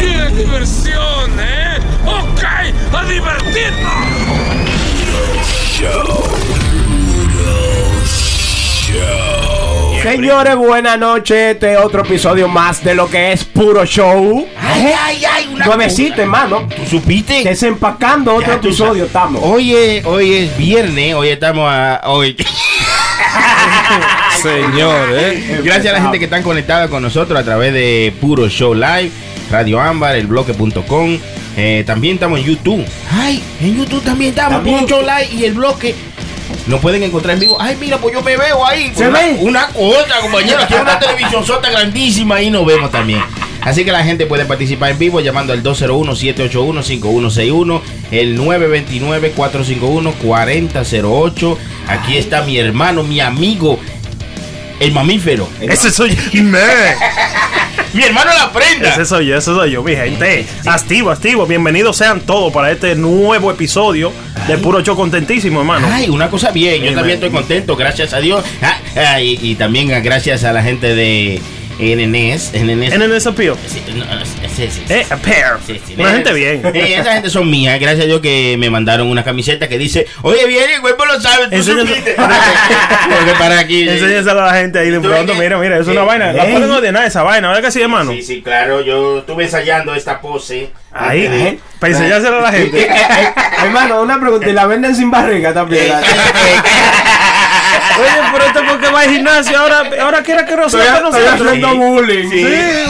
¡Qué diversión, eh! ¡Ok! ¡A divertirnos! Señores, buenas noches. Este es otro episodio más de lo que es puro show. Ay, ay, ay, una Nuevecito, hermano. ¿Tú supiste? Desempacando otro Ya tú episodio, estamos. Hoy es, hoy es viernes, hoy estamos a. Hoy. Señor, eh. Gracias a la gente que están conectada con nosotros a través de Puro Show Live, Radio Ámbar, elbloque.com. Eh, también estamos en YouTube. Ay, en YouTube también estamos. También. Puro Show Live y el bloque. Nos pueden encontrar en vivo. Ay, mira, pues yo me veo ahí. ¿Se una, ve? Una cosa, compañero. Aquí hay una televisión sota grandísima y nos vemos también. Así que la gente puede participar en vivo llamando al 201-781-5161, el 929-451-4008. Aquí está mi hermano, mi amigo, el mamífero. Ese soy yo. Mi hermano la prenda. Ese soy yo, ese soy yo, mi gente. Activo, activo. Bienvenidos sean todos para este nuevo episodio de Puro Show Contentísimo, hermano. Ay, una cosa bien. Yo Sí, también man. estoy contento, gracias a Dios. Ah, ah, y, y también ah, gracias a la gente de NNS. NNS. En el desafío. Sí, no, sí, sí, sí. Eh, a pair. Sí, sí. Una gente bien. Eh, esa gente son mías. Gracias a Dios que me mandaron una camiseta que dice: Oye, bien, el cuerpo lo sabe. Tú Enséñame- supiste. Porque para aquí. sí. Enséñaselo a la gente ahí de Tú pronto. ves que- Mira, mira, es eh, una vaina. La eh. pueden ordenar esa vaina, ¿verdad que sí, hermano? Sí, sí, claro. Yo estuve ensayando esta pose. Este, Ahí, Antes de- eh, para enseñárselo a la gente. Eh, Hermano, una pregunta. ¿Y la venden sin barriga también? Eh, eh, Oye, pero esto porque va al gimnasio ahora, ahora quiere que nos sepa Estoy nosotros. haciendo bullying. Sí,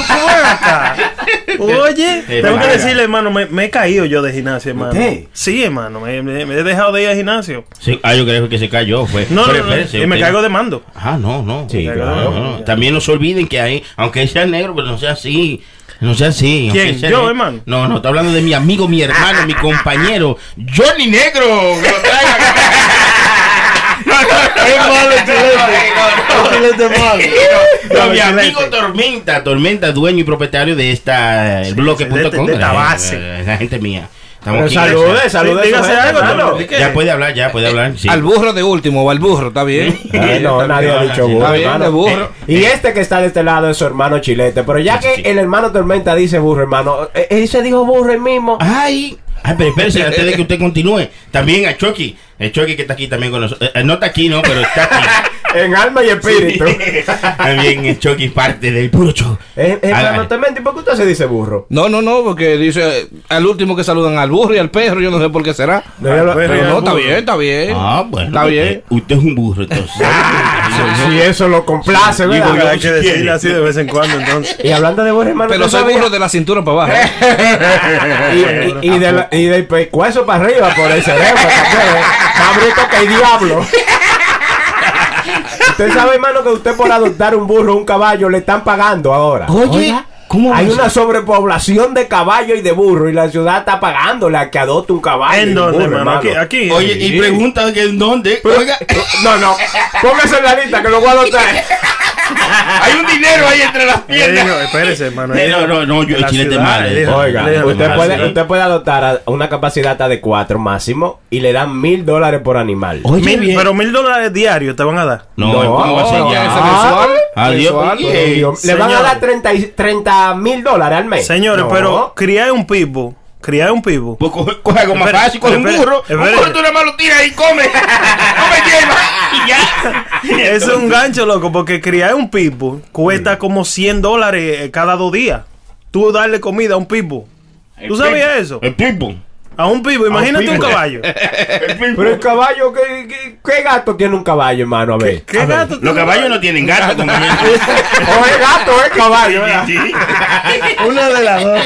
por acá. Oye, Eh, tengo que vaya. decirle, hermano, me, me he caído yo de gimnasio, hermano. ¿Usted? Sí, hermano, me, me- me he dejado de ir al gimnasio. Sí, ah, yo creo que se cayó. Fue. No, Pero no, no, espérese, y me usted- caigo de mando. Ah, no, no. Sí, Claro, claro. no. no. También no se olviden que hay, aunque sea negro, pero no sea así. No sea así. ¿Quién? aunque sea ¿Yo, negro. hermano? No, no, está hablando de mi amigo, mi hermano, mi compañero, Johnny Negro. que lo traiga acá. No, no, no, no, no, no, no, no. No, mi amigo Tormenta, Tormenta, dueño y propietario de esta el bloque.com. de- de esta La- base. la- La Eh, gente mía. Estamos Pero aquí, salude, gracias. salude. Sí, a su dígase gente, algo, hermano. hermano. ¿Qué? Ya puede hablar, ya puede hablar. sí. Al burro de último, o al burro, está bien. Eh, Ah, no, nadie ha dicho burro, Está bien, hermano. de burro. Eh, Y este que está de este lado es su hermano Chilete. Pero ya que el hermano Tormenta dice burro, hermano, eh, él se dijo burro él mismo. Ay, ay, pero espérese, antes de que usted continúe, también a Chucky, el Chucky que está aquí también con nosotros, Eh, eh, no está aquí, no, pero está aquí. En alma y espíritu. también el Chucky parte del puro show. Ah, Eh, eh, Hágale. hermano Tormenta, ¿y por qué usted se dice burro? No, no, no, porque dice eh, al último que saludan al burro y al perro, yo no sé por qué será. Pero Pero al no, está burro. bien, está bien. Ah, bueno. Está bien. Usted, usted es un burro, entonces. Ah, Si eso lo complace, Digo, ¿verdad? hay que decirle así de vez en cuando, entonces. Y hablando de burro, hermano, Pero ¿tú soy sabías? burro de la cintura para abajo. Y, y- y de la- y del pescuezo para arriba, por el cerebro. también, ¿eh? Más bruto que el diablo. Usted sabe, hermano, que usted por adoptar un burro o un caballo le están pagando ahora. Oye, ¿cómo Hay va a una sobrepoblación de caballo y de burro y la ciudad está pagándole a que adopte un caballo. y ¿En un dónde, burro, hermano? Aquí, aquí. Eh, ser? Oye, y pregunta que en dónde. Oiga, No, no. Póngase en la lista que lo voy a adoptar. hay un dinero ahí entre las Le digo, piernas. espérese, hermano. Eh, No, no, no, yo En el la chilete ciudad, mal. le digo, Oiga, le digo, usted hermano, puede, sí. usted puede adoptar a una capacidad hasta de cuatro máximo y le dan mil dólares por animal. Oye, Mil- bien. Pero mil dólares diarios te van a dar. no, No, ¿cómo va a ser no, ya? ese mensual, Adiós. mensual, oye. Eh, Dios, le van a dar 30 y- 30 mil dólares al mes. Señores, No. pero criar un pibo, criar un pibo. Pues coge, coge algo más Espera, fácil, coge un espera, burro. Un espera. burro tú nada más lo tiras y come. Come hierba y ya. Eso es un gancho, loco, porque criar un pipo cuesta como 100 dólares eh, cada dos días. Tú darle comida a un pipo. ¿Tú sabías eso? El pipo. A un pipo, imagínate un pipo. caballo. El pipo. Pero el caballo, ¿qué, qué, qué gato tiene un caballo, hermano? A ver. ¿Qué gato? Los caballos no tienen gato, compañero. O Oh, es gato o es caballo, ¿verdad? Sí, sí. Una de las dos.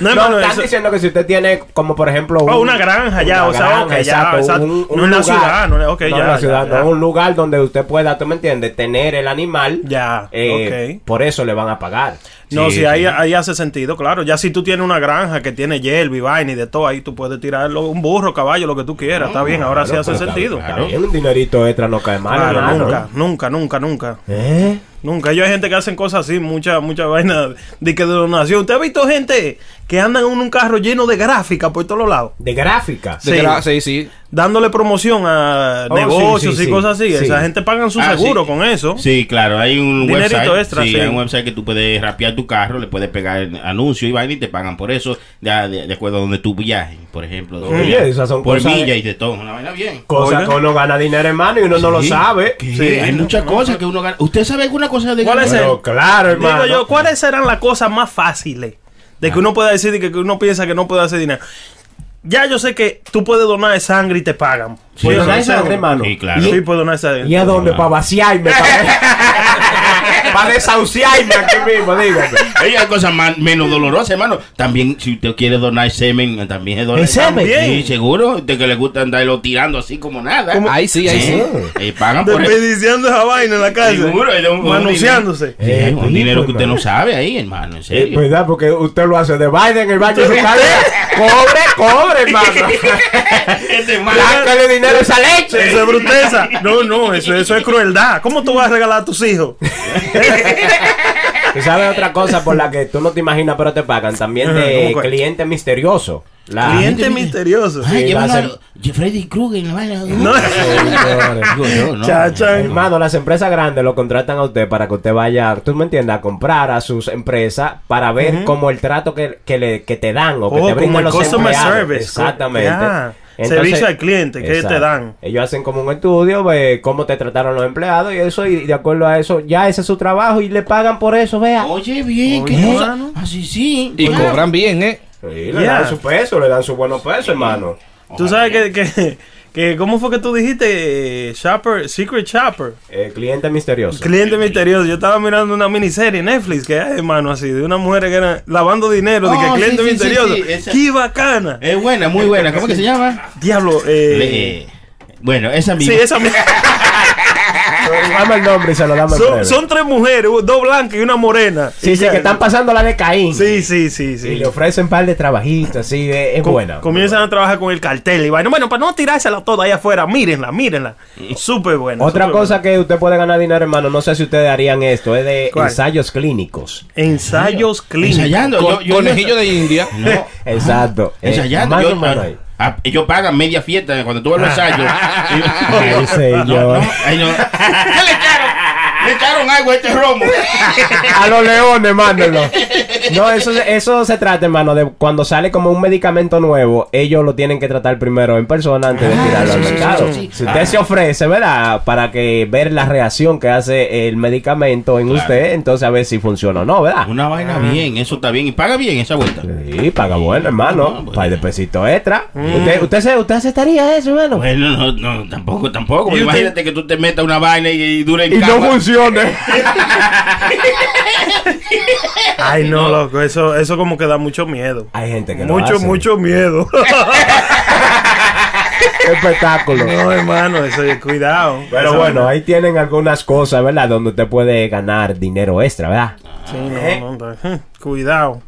No, No, hermano, están eso- diciendo que si usted tiene, como por ejemplo. Oh, una granja ya, o sea, ok, ya, exacto. No en la ciudad, no, ok, en ya, la ya, ciudad, ya. no, un lugar donde usted pueda, tú me entiendes, tener el animal. Ya, Eh, ok. Por eso le van a pagar. No, Sí, si ahí, ahí hace sentido, claro. Ya si tú tienes una granja que tiene hierba y vaina y de todo, ahí tú puedes tirarlo, un burro, caballo, lo que tú quieras. Está bien, ahora sí hace sentido. También un dinerito extra no cae mal, Claro, hermano. nunca, nunca, nunca, nunca. ¿Eh? Nunca. Yo hay gente que hacen cosas así, mucha, mucha vaina de que de donación. ¿Usted ha visto gente que andan en un carro lleno de gráfica por todos lados? De gráfica. De Sí. gra- sí, sí. Dándole promoción a Oh, negocios sí, sí, y sí. cosas así. Sí. Esa gente pagan su Ah, seguro sí. con eso. Sí, claro, hay un Dinerito website. extra, sí, sí. hay un website que tú puedes rapear tu carro, le puedes pegar anuncios y vaina y te pagan por eso, ya de, de acuerdo a donde tú viajes, por ejemplo. donde Oye, viajes. esas son por cosas de- milla y de todo, una vaina bien. Cosa Oiga. que uno gana dinero, hermano, y uno no lo Sí. sabe. ¿Qué? Sí, hay no, muchas no, cosas que uno gana. ¿Usted sabe alguna cosa de ¿Cuál es Pero el- claro, hermano. Digo yo, ¿cuáles serán las cosas más fáciles de Ah. que uno pueda decir y que uno piensa que no puede hacer dinero? Ya yo sé que tú puedes donar sangre y te pagan. Sí, Pues Puedes sí, donar sí. sangre, hermano. Sí, claro. Sí, puedo donar sangre. ¿Y a dónde? Para vaciarme. Para desahuciarme aquí mismo, dígame. Oye, hay cosas más- menos dolorosas, hermano. También, si usted quiere donar semen, también es donar. ¿Es semen? Sí, seguro. De que le gusta andarlo tirando así como nada. Como- Ahí sí, ahí sí. Y pagan por eso. Desperdiciando esa vaina en la calle. Seguro, es de un- un Manunciándose. Sí, Eh, un dinero que usted hermano. pues, no sabe ahí, hermano, en Es serio. Eh, verdad, porque usted lo hace de Biden en el baño de su casa. Cobre, cobre, hermano. Este man- Blanca de dinero esa leche. Eso es bruteza. No, no, eso, eso es crueldad. ¿Cómo tú vas a regalar a tus hijos? Tú sabes otra cosa por la que tú no te imaginas, pero te pagan. También Ajá, de ¿cómo que? cliente misterioso. La Cliente misterioso. Ay, Sí, llévalo va a a- Je- Freddy Krueger, la vaina. No. Digo yo, no. Cha, cha. Hermano, las empresas grandes lo contratan a usted para que usted vaya, tú me entiendes, a comprar a sus empresas para ver cómo el trato que, que, le, que te dan o que Oh, te como brindan el los customer empleados. service. Exactamente. Ya. Servicio al cliente, ¿qué te dan? Ellos hacen como un estudio de cómo te trataron los empleados y eso, y de acuerdo a eso, ya ese es su trabajo y le pagan por eso, vea. Oye, bien, Oye, qué cosa. hermano. Así sí. Y claro. cobran bien, ¿eh? Sí, le Ya. dan su peso, le dan su buenos pesos, hermano. Tú sabes que, que, que- ¿cómo fue que tú dijiste? eh, Shopper, Secret Shopper. Eh, cliente misterioso. Cliente misterioso. Yo estaba mirando una miniserie en Netflix que hay, hermano, así, de una mujer que era lavando dinero, de que Oh, sí, cliente sí, sí, misterioso. sí, esa- ¡Qué bacana! Es buena, muy buena. ¿Cómo que se llama? Diablo, Eh, eh. bueno, esa Sí, misma. esa misma. Dame el nombre y se lo damos en breve. son, son tres mujeres, dos blancas y una morena. Sí, Y sí, ya. que están pasando la de Caín. Sí, sí, sí, sí. Y le ofrecen un par de trabajitos, así, de- es Com- buena. Comienzan a trabajar con el cartel y vaina. Bueno, para no tirársela toda allá afuera, mírenla, mírenla. Súper buena. Otra súper cosa que usted puede ganar dinero, hermano, no sé si ustedes harían esto, es de ¿Cuál? ensayos clínicos. buena. Ensayos clínicos. Ensayando. Co- Conejillo de India. No. Exacto. Eh, Ensayando. más Yo, o menos ahí. a- a- ellos pagan media fiesta cuando tú vas al ensayo. Ay, señor. No, no, ay, no. ¿Qué le echaron? Le echaron algo a este romo. A los leones, mándenlo. No, eso, eso se trata, hermano, de cuando sale como un medicamento nuevo, ellos lo tienen que tratar primero en persona antes de Ah, tirarlo sí, al sí, mercado. sí, sí, sí. Si usted Ah. se ofrece, ¿verdad? Para que ver la reacción que hace el medicamento en usted, entonces a ver si funciona o no, ¿verdad? Una vaina bien, eso está bien. Y paga bien esa vuelta. Sí, paga bueno, hermano. Ah, bueno. Mm. Para de pesito extra. ¿Usted, usted, se- usted aceptaría eso, hermano? Bueno, no, no, tampoco, tampoco. ¿Y usted? Imagínate que tú te metas una vaina y, y dure en cama. funcione. Ay, no, loco, eso, eso como que da mucho miedo. Hay gente que lo Mucho, hace. mucho miedo. Qué espectáculo. no, hermano, eso es cuidado. Pero Eso- bueno, ahí tienen algunas cosas, ¿verdad? Donde usted puede ganar dinero extra, ¿verdad? Sí, no, no, no, eh, cuidado.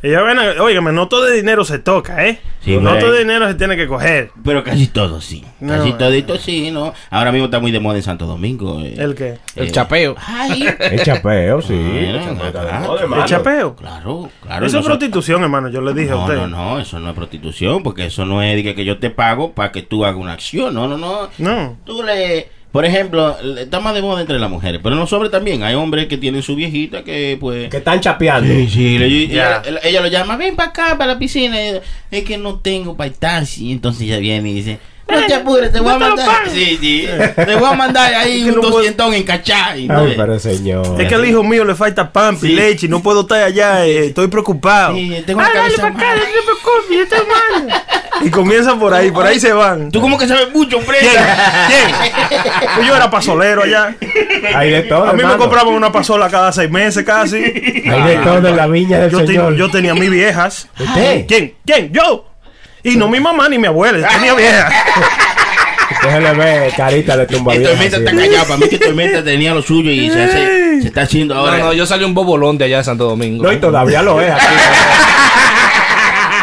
Ella ven, a- óigame, no todo de dinero se toca, ¿eh? Sí, no güey. todo de dinero se tiene que coger. Pero casi todo sí. No, casi eh. todito sí, ¿no? Ahora mismo está muy de moda en Santo Domingo. eh. ¿El qué? El Eh, chapeo. Ay, Es chapeo, sí. Ah, el chapeo está de claro. moda, hermano. ¿El chapeo? claro, claro. eso es Nosotros- prostitución, hermano, yo le dije a No, usted. no, no, eso no es prostitución, porque eso no es de que, que yo te pago para que tú hagas una acción. No, no, no. No. Tú le, por ejemplo, le- está más de moda entre las mujeres, pero en los hombres también. Hay hombres que tienen su viejita que pues... Que están chapeando. Sí, sí, le- ella, Ya. ella- ella lo llama, ven para acá, para la piscina. y ella, es que no tengo para taxi. Entonces ella viene y dice, no te apures, te voy a te lo mandar. pago. Sí, sí, te voy a mandar ahí que un no puedo- Ah, doscientón en cachá. y Ay, entonces- pero señor. Es que al hijo mío le falta pan y Sí. leche y no puedo estar allá, eh, estoy preocupado. Sí, tengo Ah, la cabeza mala. Y comienza por ahí, por ahí se van. Tú como que sabes mucho, ¿Quién? prenda. ¿Quién? Pues yo era pasolero allá. Hay de todo, A mí me hermano. compraban una pasola cada seis meses casi. Hay de todo en la viña del Yo, te- señor. yo tenía mis viejas. ¿Usted? ¿Quién? ¿Quién? ¿Yo? Y no mi mamá ni mi abuela, yo tenía viejas. Déjale ver carita de tumba Y vieja, Tormenta sí. está callado. Para mí que Tormenta tenía lo suyo y se, hace- se está haciendo No, ahora. no, yo salí un bobolón de allá de Santo Domingo. No, y todavía lo es aquí.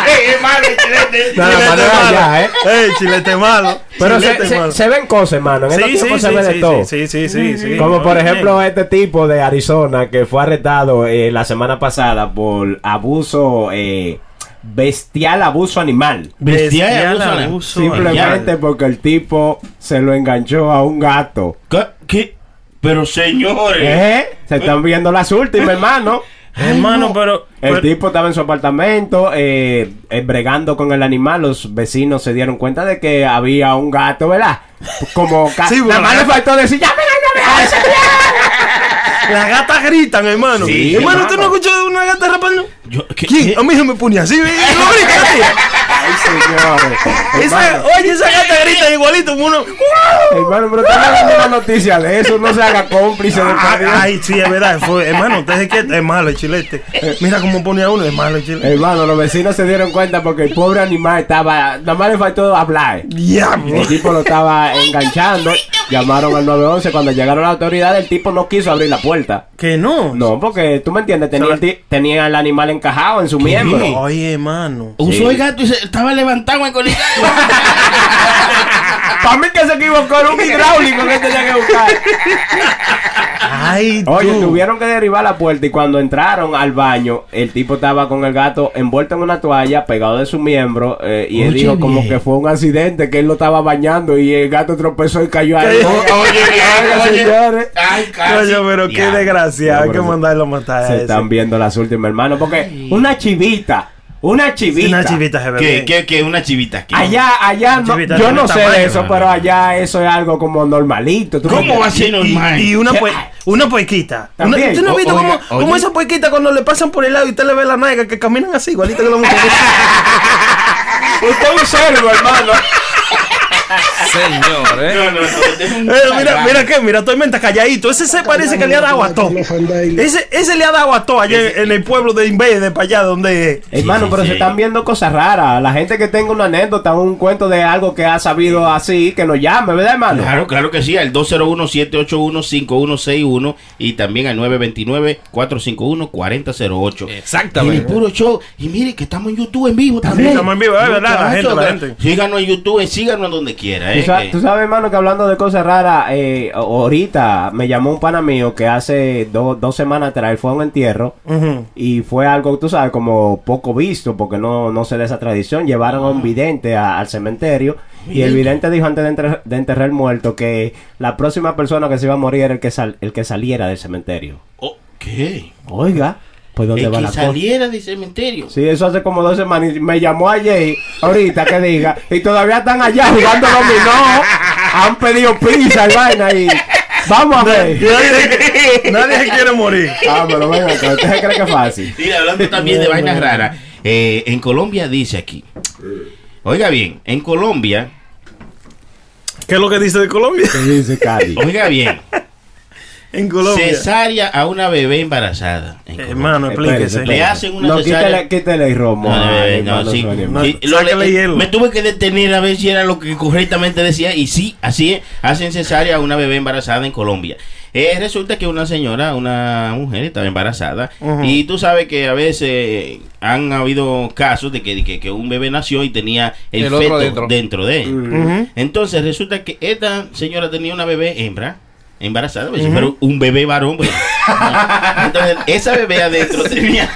Ey, hermano, malo, el chilete. Nada, Chilete manera malo. ya, ¿eh? Ey, chilete malo. Pero se, Chilete se- malo. se ven cosas, hermano. En Sí, estos sí, tiempos sí, se ve de sí, todo. sí, sí, sí, sí. Como por Oye, ejemplo este tipo de Arizona que fue arrestado eh, la semana pasada por abuso eh, bestial, abuso animal. Bestial Bestial, abuso. Simplemente porque el tipo se lo enganchó a un gato. ¿Qué? ¿Qué? Pero señores. ¿Eh? Se están viendo las últimas, hermano. Hermano, pero. El pero- tipo estaba en su apartamento eh, eh, bregando con el animal. Los vecinos se dieron cuenta de que había un gato, ¿verdad? Como casi. Sí, Nada bueno, más la- le faltó decir, ya, mira, no me hagas". Las gatas gritan, hermano. Sí, hermano, hermano. ¿tú no has escuchado de una gata rapando? Yo- ¿qué- ¿Quién? qué? A mí se me pone así. ¿ve? Y no grita, tío. Ay, señores. Esa- Hermano, Oye, esa gata grita igualito, uno. hermano, pero están dando una noticia de eso. No se haga cómplice de Ah, Ay, sí, es verdad. Fue, hermano, usted es que es malo el chilete. Eh, Mira cómo pone a uno, es malo el chilete. Hermano, los vecinos se dieron cuenta porque el pobre animal estaba. Nada más le faltó hablar. Diablo. El tipo lo estaba enganchando. Llamaron al 911. Cuando llegaron las autoridades, el tipo no quiso abrir la puerta. Que no. No, porque tú me entiendes, tenía, el ti- tenía el animal encajado en su miembro. Oye, hermano. Usó el gato y se estaba levantado en colita. Para mí que se equivocó era un hidráulico que tenía que buscar. Ay, Oye, tú. tuvieron que derribar la puerta y cuando entraron al baño, el tipo estaba con el gato envuelto en una toalla, pegado de su miembro, eh, y él Oye, dijo como bien. que fue un accidente, que él lo estaba bañando y el gato tropezó y cayó ahí. Oye, Oiga, señores. Ay, casi. Oye, pero qué Diablo. desgraciado. Hay No, que pero se- mandarlo a matar a Se ese. están viendo las últimas, hermano, porque una chivita, una Sí, chivita. Una chivita se ¿Qué, qué, qué? Una chivita. ¿qué? Allá, allá, no- Chivita yo de no buen sé tamaño, de eso, ¿no? pero allá eso es algo como normalito. ¿tú me ¿Cómo va a entiendes? ser normal? Y una, ¿Qué? pue- una puerquita. Una, También. ¿Tú no has O- visto oiga, cómo, cómo oye. esas puerquitas cuando le pasan por el lado y usted le ve la nalga que caminan así, igualito que los muchachos? Usted es un cerdo, hermano. Señor, ¿eh? No, no, no, es un- Eh, mira, mira que, mira, estoy menta calladito. Ese se parece que le ha dado a todo. Ese, ese le ha dado a todo allá en- en el pueblo de Inve, de para allá, donde es. Hermano, sí, pero sí. se están viendo cosas raras. La gente que tenga una anécdota, un cuento de algo que ha sabido así, que nos llame, ¿verdad, hermano? Claro, claro que sí, al 201-781-5161 y también al 929-451-4008. Exactamente. El puro show. Y mire que estamos en YouTube en vivo también. estamos en vivo, es verdad, la Muchacho, gente, la que- gente. Síganos en YouTube, síganos donde quiera. Tú, Eh, sa- que- tú sabes, hermano, que hablando de cosas raras, eh, ahorita me llamó un pana mío que hace do- dos semanas atrás él fue a un entierro Ujú. y fue algo, tú sabes, como poco visto porque no, no se da esa tradición. Llevaron a un vidente a- al cementerio y el vidente dijo antes de, enterrar- de enterrar el muerto que la próxima persona que se iba a morir era el que, sal- el que saliera del cementerio. Oh, ¿Qué? Oiga, pues ¿dónde El va que la cosa? saliera del cementerio. Sí, eso hace como dos semanas. Y me llamó ayer, ahorita que diga, y todavía están allá jugando dominó. Han pedido pizza y vaina y. Vamos a ver. Nadie, nadie se quiere morir. Ah, pero venga, acá, ¿usted se cree que es fácil? Mira, hablando también de vainas raras. eh, en Colombia dice aquí. Oiga bien, en Colombia, ¿Qué es lo que dice de Colombia? ¿Qué dice Cali? oiga bien, En Colombia. cesárea a una bebé embarazada. en Colombia. Hermano, explíquese. Le hacen una No, cesárea. quítele, quítele el romo. No, no, ay, no, hermano, sí. Sonia. no. Sí, lo- Sácale eh, hielo. Me tuve que detener a ver si era lo que correctamente decía. Y sí, así es. Hacen cesárea a una bebé embarazada en Colombia. Eh, resulta que una señora, una mujer, estaba embarazada. Ujú. Y tú sabes que a veces eh, han habido casos de que, de que, que un bebé nació y tenía el, El otro feto dentro. dentro. de él. Ujú. Entonces resulta que esta señora tenía una bebé hembra embarazada, pues, pero un bebé varón. pues. Entonces esa bebé adentro tenía,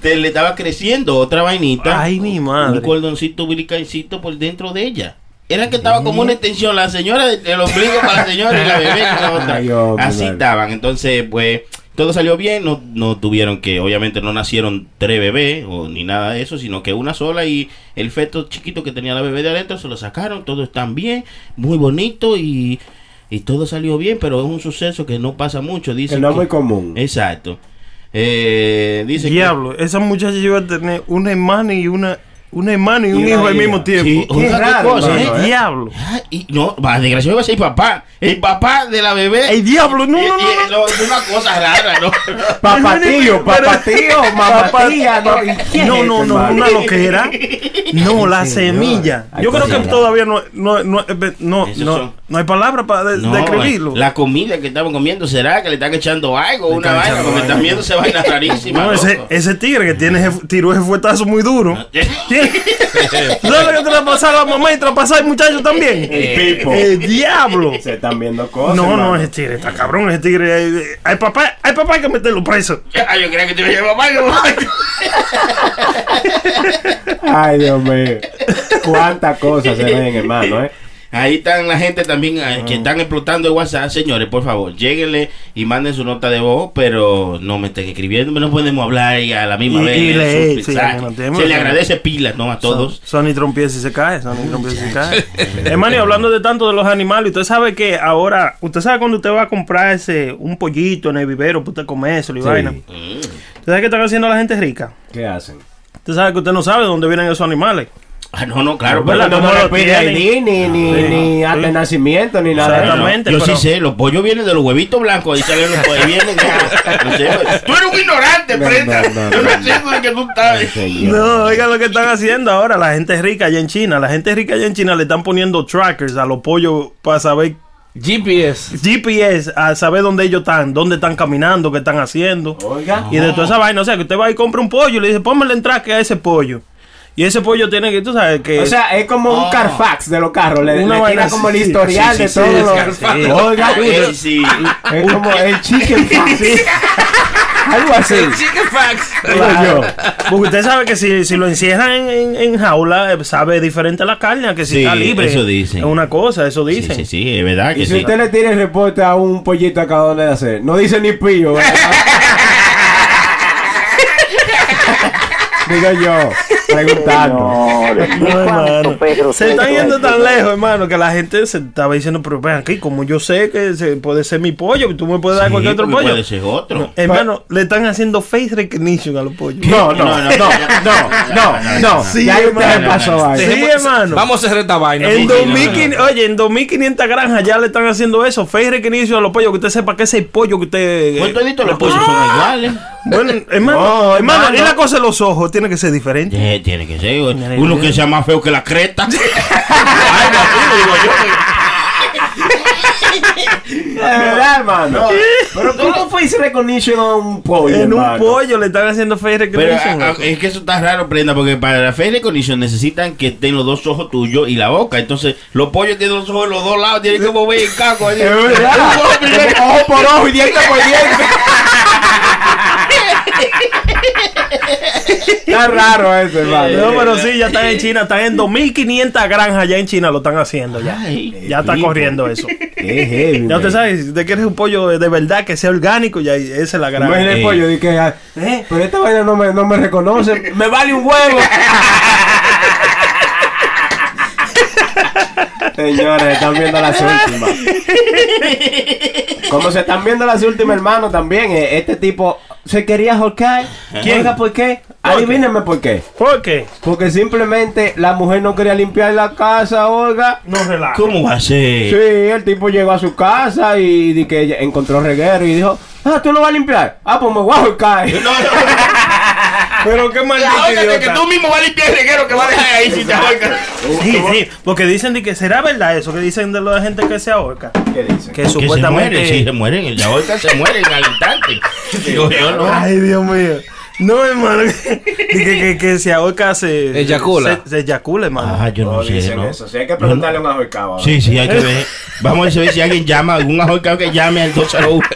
te- le estaba creciendo otra vainita, Ay, mi madre. un cordoncito umbilicalcito por dentro de ella. Era que estaba como una extensión, la señora del del ombligo para la señora y la bebé con la otra. Ay, hombre, Así vale. estaban. Entonces, pues, todo salió bien. No, no tuvieron que, obviamente, no nacieron tres bebés o ni nada de eso, sino que una sola. Y el feto chiquito que tenía la bebé de adentro se lo sacaron. Todo están bien, muy bonito y, y todo salió bien. Pero es un suceso que no pasa mucho. Que Dicen no es que- muy común. Exacto. Eh, dice Diablo, esa muchacha iba a tener una hermana y una, una hermana y un una hijo al hija. mismo que. tiempo. Sí, Qué otra raro, cosa, hermano, ¿eh? ¿eh? Diablo. Ah, y no, va, desgraciado iba a ser papá. El papá de la bebé. ¡Ey, diablo! No, Eh, no, eh, no, no. no, es una cosa rara, ¿no? Papatío, Pero- papatío, mamapatía. No, ¿Y qué es No, esto, no, no, hermano? una loquera. No, la señor. semilla. Ay, Yo creo que cosita. todavía no, no, no, eh, no, Esos no, son- no hay palabra para de- No, describirlo. La comida que estaban comiendo, ¿será que le están echando algo? Una están vaina, echando porque algo. están viendo esa vaina rarísima. No, ese, loco. ese tigre que tiene ese- tiró ese fuetazo muy duro. Eh, ¿Entiendes? ¿Tú sabes que traspasar a la mamá y traspasar al muchacho también? El pipo. ¡El diablo! Eh, Se están viendo cosas. No, no, mano. ese tigre está cabrón, ese tigre. eh, Hay papá, hay papá que meterlo preso. Ah, yo creía que te iba a llevar mal, hermano. Ay, Dios mío. Cuántas cosas se ven, hermano, ¿eh? Ahí están la gente también eh, Ah. que están explotando el WhatsApp. Señores, por favor, lléguenle y manden su nota de voz, pero no me estén escribiendo, no podemos hablar y a la misma Y- vez. y leer leer, sus sí, mensajes. no tenemos- Se le agradece pilas, ¿no? A todos. Son- Sony Trompié si se cae, Sony Trompié si se cae. Hermano, y hablando de tanto de los animales, usted sabe que ahora, usted sabe cuando usted va a comprar ese, un pollito en el vivero, para usted comer eso y Sí. vaina. ¿Usted sabe qué están haciendo la gente rica? ¿Qué hacen? Usted sabe que usted no sabe de dónde vienen esos animales. Ah, no, no, claro. ¿Verdad? pero- No, Como no le lo pide tienen. ID, ni, ni, Sí. ni acta de Sí. nacimiento, ni nada. de eso. Exactamente, yo pero- sí sé, los pollos vienen de los huevitos blancos. Ahí salen los pollos, vienen. ya. No sé, pues. tú eres un ignorante, No, prenda. no, no, yo no, no sé de que tú sabes. Señor. No, oiga lo que están haciendo ahora, la gente rica allá en China. La gente rica allá en China le están poniendo trackers a los pollos para saber GPS. GPS, a saber dónde ellos están, dónde están caminando, qué están haciendo. Oiga. Y de toda esa vaina, o sea, que usted va y compra un pollo y le dice, póngale el traque a ese pollo. Y ese pollo tiene que, tú sabes, que... O sea, es como un Carfax de los carros. Le, Oh. Una le vaina tira así. como el Sí, historial sí, de sí, todos sí, los. sí. Oiga, Eh, sí. es como el chicken fax. Algo así. Chicken fax. Claro. porque usted sabe que si, si lo encierran en, en- en jaula, eh, sabe diferente la carne, a que si Sí, está libre. eso dicen. Es una cosa, eso Sí, dicen. sí, sí, es verdad que Y si sí. usted le tira el reporte a un pollito acabado de hacer, no dice ni ¿eh? pillo, ¿verdad? Digo yo, preguntando. No, hermano. Pedro, Se están yendo tan lejos, hermano, que la gente se estaba diciendo, pero ven aquí, como yo sé que se- puede ser mi pollo, tú me puedes dar Sí, cualquier otro porque pollo. eh, Puede ser otro. Hermano, le están haciendo face recognition a los pollos. No, no, no, no, no, no, no. Sí, ya ahí hermano. usted le pasó Sí, ahí. hermano. Vamos a hacer esta vaina. En porque- 2500, oye, en 2500 granjas ya le están haciendo eso. Face recognition a los pollos, que usted sepa que ese pollo que usted. eh, Pues toditos los pollos son iguales. Bueno, hermano, eh, No, hermano, hermano. y la cosa de los ojos tiene que ser diferente. Eh, tiene que ser. güey. Mira, Uno mira. que sea más feo que la creta. Ay, no, sí, De digo yo. verdad, hermano. Pero ¿cómo fue ese recognition a un pollo? en un hermano? ah, pollo le están haciendo face Pero recognition. a- a- es que eso está raro, prenda, porque para la fe de condición necesitan que estén los dos ojos tuyos y la boca. Entonces, los pollos tienen los ojos de los dos lados, tienen que mover el caco. ahí. Es verdad. ojo por ojo y diente por diente. Está raro eso, hermano. no, pero sí, ya eh, están en China, están en 2500 granjas ya en China lo están haciendo ya. Ay, ya está pico. corriendo eso. Qué heavy. Ya man. usted sabe, si usted quiere un pollo de, de verdad que sea orgánico, ya esa es la granja. Imagina el Eh. pollo di que, ah, eh, pero esta vaina no me, no me reconoce. Me vale un huevo. Señores, están viendo las últimas. Como se están viendo las últimas, hermano, también. eh, Este tipo se quería jolcar. ¿Quién? Oiga, ¿por qué? qué? Adivínenme por qué. ¿Por qué? Porque simplemente la mujer no quería limpiar la casa, Olga. No relaja. ¿Cómo va a Sí, ser? el tipo llegó a su casa y di que ella encontró reguero y dijo, ah, tú lo vas a limpiar. Ah, pues me voy a ahorcar. No, no, no. Pero qué maldito Ahógate, Ah, que idiota. tú mismo vas a limpiar el reguero que vas a dejar ahí si te ahorcas. Sí, sí, porque dicen de que será verdad eso que dicen de la gente que se ahorca. ¿Qué dice? Que Que se mueren, supuestamente. sí, se mueren. La ahorcan se mueren al instante. Digo yo, no. Ay, Dios mío. No, hermano. Dije que, que, que se ahorca se. Eyacula. Se, se eyacula, hermano. Ah, yo no, No sé, dicen ¿no? eso. Sí, hay que preguntarle a un ahorcado. Sí, sí, hay que ver. Vamos a ver si alguien llama, algún ahorcado que llame al 201.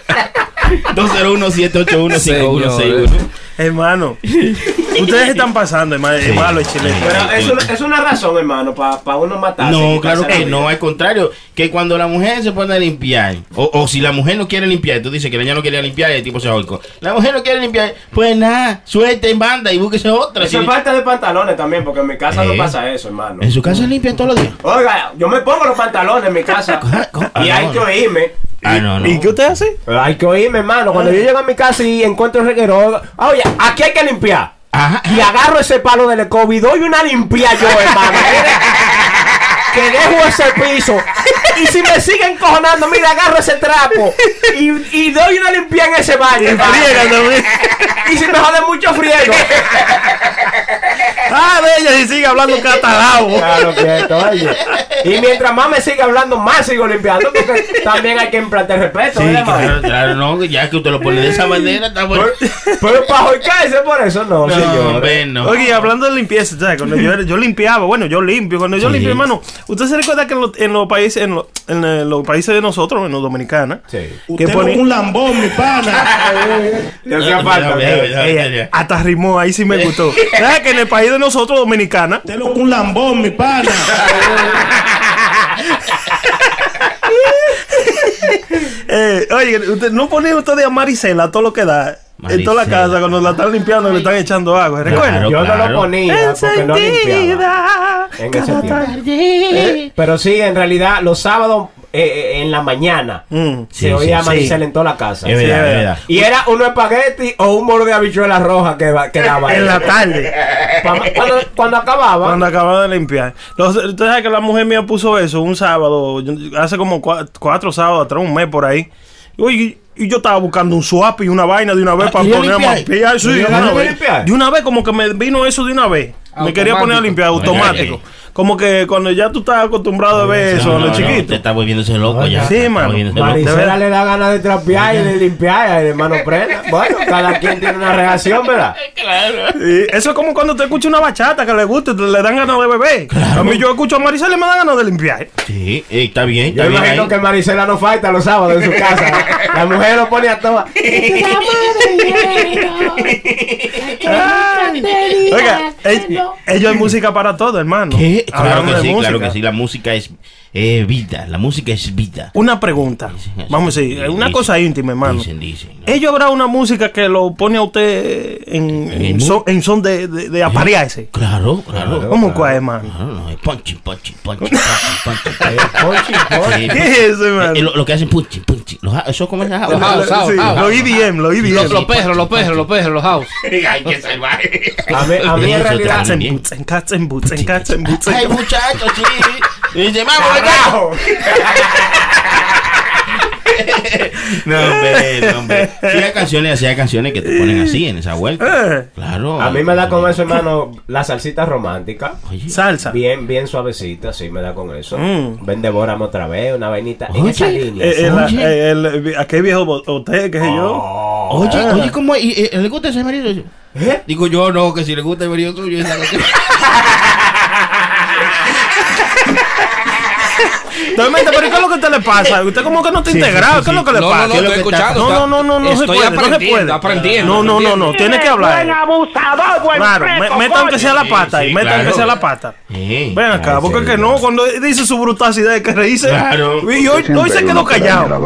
201-781-5161. Hermano. Ustedes están pasando, hermano. Es Sí. malo el chile. Sí. Pero es una, es una razón, hermano, para uno matarse. No, y claro quitarse que la no, vida. al contrario, que cuando la mujer se pone a limpiar, o, o si la mujer no quiere limpiar, tú dices que ella no quería limpiar y el tipo se ahorcó. La mujer no quiere limpiar, pues nada, suelta en banda y búsquese otra. Eso Si- es falta de pantalones también, porque en mi casa Eh. no pasa eso, hermano. en su casa limpia todos los días. Oiga, yo me pongo los pantalones en mi casa co- y ah, hay no. que oírme. Ah, no, no. ¿Y qué usted hace? Hay que oírme, hermano. Ah. Cuando yo llego a mi casa y encuentro el reguero, oiga, "Ah, oye, aquí hay que limpiar. Ajá. Y agarro ese palo del escoba y doy una limpia yo, hermano. Mira, que dejo ese piso. Y si me siguen cojonando, mira, agarro ese trapo. Y, y doy una limpia en ese baño. hermano. Friega también. Y si me jode mucho friego. Ah, de ella, y sigue hablando catalán. Claro que esto, oye. Y mientras más me siga hablando, más sigo limpiando. Porque también hay que implantar respeto. ¿verdad, mami? Claro, claro, no, ya que usted lo pone de esa manera, está bueno. Pero para jolcarse por eso, no, No, señor. hombre, no. Oye, y hablando de limpieza, ¿sabes? Cuando yo, era- yo limpiaba, bueno, yo limpio, cuando yo Sí. limpio, hermano, ¿usted se recuerda que en los, en los países, en, los- en, eh, los países de nosotros, en los dominicanos, Sí. que ponían, lambón, mi pana. Te hacía falta. Ya, ya, ya, ya, Ella Ah, ya. hasta rimó, ahí sí me gustó. ¿Sabes que en el país de nosotros, dominicana, Usted loco un lambón, mi pana. eh, oye, usted- no ponen ustedes a Maricela todo lo que da en toda la Marisela. casa cuando la están limpiando y le están echando agua, ¿recuerda? Claro, Yo no claro. lo ponía porque no limpiaba. Encendida. En ese tiempo. Eh, Pero sí, en realidad, los sábados eh, eh, en la mañana Mm. se Sí, oía sí, Maricela en toda la casa. Es verdad, es verdad. Y era un espagueti o un moro de habichuela roja que, va- que daba. En ahí. la tarde. Pa- cuando, cuando acababa. Cuando acababa de limpiar. Entonces, usted sabe que la mujer mía puso eso un sábado, yo- hace como cua- cuatro sábados atrás, un mes por ahí. Oye, y yo estaba buscando un swap y una vaina de una vez Ah, para ¿y ya ponerme a limpiáis? limpiar. Sí, ¿Y de ya una limpiáis? vez. limpiáis? De una vez, como que me vino eso de una vez. Me quería poner a limpiar automático. Oye, Como que cuando ya tú estás acostumbrado a ver eh. No, eso, a no, los no, chiquitos. Usted está volviéndose loco ya. Sí, Está mano. volviéndose loco. Mari- de Maricela verdad. le da ganas de trapear y de limpiar, y de mano prenda. Bueno, cada quien tiene una reacción, ¿verdad? Sí, eso es como cuando te escucha una bachata que le gusta y te- le dan ganas de beber. A mí yo escucho a Maricela y me dan ganas de limpiar. Sí, eh, está bien, está Yo bien imagino ahí. que Maricela no falta los sábados en su casa. La mujer lo pone a todas. Oiga, eh, ell- ellos hay música para todo, hermano. ¿Qué? Claro Hablando que de sí, claro música. que sí. La música es eh, vida. La música es vida. Una pregunta. Dicen así. Vamos a decir, una Dicen, cosa íntima, hermano. Dicen, dicen. Ellos habrá una música que lo pone a usted en, en ¿En son, en son de, de, de aparearse. Claro, claro. ¿Cómo cuál, hermano? No, no, es punching, punching, punching, punching, punching. Sí, ¿Qué es eso, hermano? eh, lo, lo que hacen punching, punching. Los ha- Eso como es la Los house, house, Sí, E house. Los EDM, los EDM. Los, los perros, los perros, los perros, los house. Ay, qué salvaje. A mí, a mí en realidad. Cats en boots, en cats en boots, en cats en boots. Ay, muchachos, sí. Y dice, vamos, venga. ¡Carajo! No, hombre, no, hombre. Sí hay canciones, sí hay canciones que te ponen así en esa vuelta. Eh. Claro. A mí me da con eso, hermano, la salsita romántica. Oye, Salsa. Bien, bien suavecita, sí, me da con eso. Mm. Ven, devórame otra vez, una vainita. En Oye. esa línea. Eh, eh, la- eh, el, eh, aquel viejo bo- hotel, qué sé yo. Oh. oye, oye, ¿cómo es? ¿Y, eh, ¿Le gusta ese marido? suyo? Digo yo, no, que si le gusta el marido suyo, esa canción. Totalmente, pero ¿qué es lo que a usted le pasa? ¿Usted como que no está Sí, sí, integrado? sí, ¿Qué es lo sí. que le No, no, pasa? no, ¿Qué es lo estoy que está- escuchando. No, está- no, no, no, no se estoy puede, no se aprendiendo, puede. aprendiendo, No, no, no, no, aprendiendo. tiene que hablar. abusador, Pues, buen Claro, preso, me- metan que coño. sea la pata, Sí, y sí, metan que claro. sea la pata. Eh, Ven acá, ay, porque sí, que no, cuando dice su brutacidad que reíse. Claro. Y hoy, hoy se quedó callado.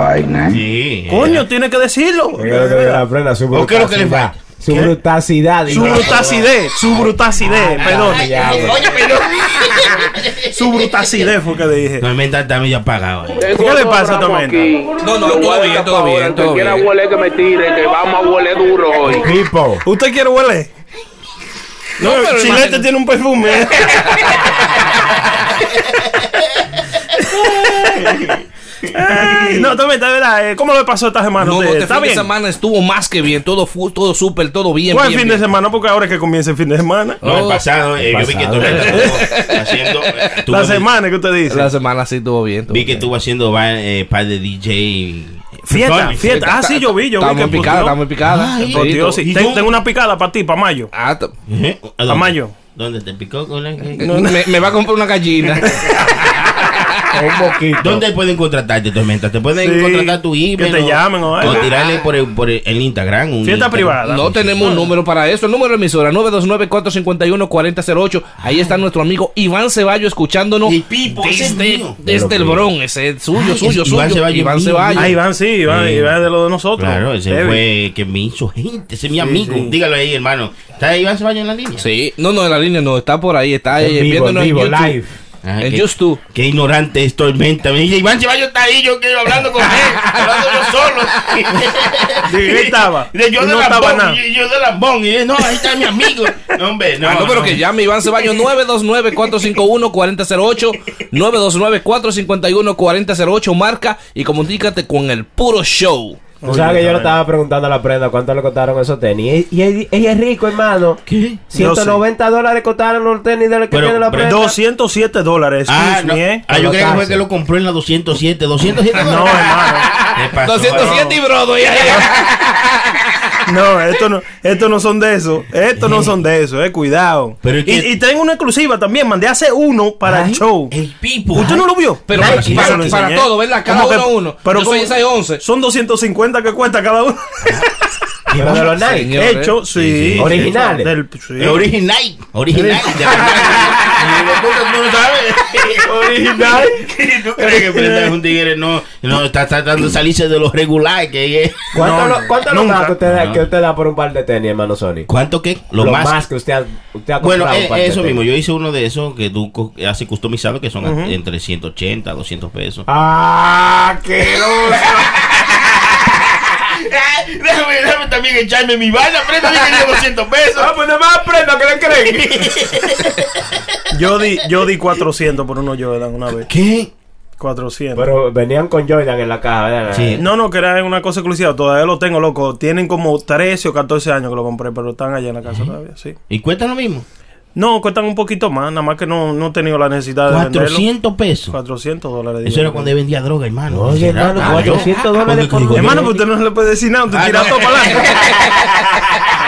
Sí. eh. Coño, tiene que decirlo. Creo que la prenda, su ¿O qué es lo que le brutacidad. falta? Su ¿Qué? brutacidad. Su digo. brutacidad, su brutacidad, perdón. Ay, ya, güey. Su brutacidad fue que dije. No, el mental está medio apagado. eh. ¿Qué le pasa, Tormenta? No, no, todo bien, todo bien, todo bien. huele que me tire, que vamos a huele duro hoy. Pipo. ¿Usted quiere huele? No, pero el chilete imagínate. tiene un perfume. Ay, no, Tormenta, de verdad, eh, ¿cómo le pasó esta semana? a No, no, usted? este ¿Está fin de bien? semana estuvo más que bien, todo full, todo súper, todo bien. ¿Cuál bien, fin bien. de semana? Porque ahora es que comienza el fin de semana. No, el Oh, pasado, eh, yo vi que tú haciendo. eh, tú La vas- semana que usted dice. La semana sí estuvo bien. estuvo Vi que bien. estuvo haciendo va- eh, par de DJ. Fiesta, Sorry. fiesta. Ah, sí, yo vi, yo Está vi que muy picada, posteó. está muy picada. Ay, Posteó, Todito. sí. ¿Y Ten- yo? Tengo una picada para ti, para mayo. Ah, t- ¿Eh? ¿A dónde? Tamayo. ¿Dónde te picó? con la- me, me va a comprar una gallina. Un poquito. ¿Dónde pueden contratarte, Tormenta? ¿Te pueden Sí, contratar tu email? que te o- llamen o algo. tirarle por el, por el- el Instagram. un Fiesta Instagram. privada. No tenemos un número para eso. El número de emisora 929-451-4008. Ahí está nuestro amigo Iván Ceballo escuchándonos. Y Pipo, ese es desde, mío. desde este el Bronx. Es suyo, Ay, suyo, es suyo. Iván Ceballo, Iván mío. Ceballo. Ah, Iván, sí, Iván, Sí. Iván es de lo de nosotros. Claro, ese Heavy. fue que me hizo gente. Ese es mi amigo. sí. Dígalo ahí, hermano. ¿Está Iván Ceballos en la línea? Sí, no, no, en la línea no, está por ahí, está En eh, vivo, en viéndonos vivo, en YouTube. live. Ah, En qué- YouTube. Qué ignorante es Tormenta. Me dice, Iván Ceballos está ahí, yo quiero hablando con él. hablando yo solo. ¿De qué estaba? De- yo Y de no estaba Lambón. nada. y- Yo, de Lambón. Y dice, no, ahí está mi amigo. No, hombre, no. Ah, no, pero que llame Iván Ceballo 929-451-4008. 929-451-4008. Marca y comunícate con el puro show. Tú sabes que yo le estaba preguntando a la prenda cuánto le costaron esos tenis. Y, y él, ella es rico, hermano. ¿Qué? 190 dólares costaron los tenis de los que Pero, tiene la pero prenda. 207 dólares. Ah, excuse no. me, eh. ah, yo Con creo que fue taxes. que lo compró en la 207. 207 No, hermano. ¿Qué pasó? 207 y brodo. ya, ya, ya. No, esto no, esto no son de eso. Estos no son de eso, eh. Cuidado. Pero es y, que- y tengo una exclusiva también. Mandé hace uno para Ay, el show. El pipo. ¿Usted no lo vio? Pero Ay, para, sí, se para- lo para enseñé. todo, ¿verdad? Cada ¿Cómo que- uno uno. pero yo soy cómo- esa 11. Son 250 que cuesta cada uno. Pero de los Nike. Señor, eh. Hecho, sí. sí, Originales. del- sí. El original. Original. de verdad. Tú no- tú no sabes. Original. ¿Tú crees que prenda es un tigre? No, no, está tratando de salirse de los regulares. Que es- ¿Cuánto, No, lo, cuánto lo nunca. más que usted, No. que usted da por un par de tenis, hermano Sony? ¿Cuánto qué? Lo, Lo, más, más. que usted ha, usted ha Bueno, comprado eh, un par de eso tenis. mismo. Yo hice uno de esos que tú co- haces customizado que son a- entre 180 a 200 pesos. ¡Ah, qué Ah, déjame, también echarme mi vaina. Prenda que tiene 200 pesos. pues no más prenda, ¿qué le creen? Yo di, yo di 400 por uno Jordan una vez. ¿Qué? 400. Pero venían con Jordan en la caja, ¿verdad? Sí. no, no, que era una cosa exclusiva. Todavía lo tengo, loco. Tienen como 13 o 14 años que lo compré, pero están allá en la casa todavía, sí. ¿Y cuesta lo mismo? No, cuestan un poquito más, nada más que no, no he tenido la necesidad de venderlo. 400 pesos. 400 dólares. Eso era cuando digamos. yo vendía droga, hermano. Oye, hermano, 400 dólares por Porque- Hermano, pues usted no le puede decir nada, usted Ah, tira no. todo para adelante.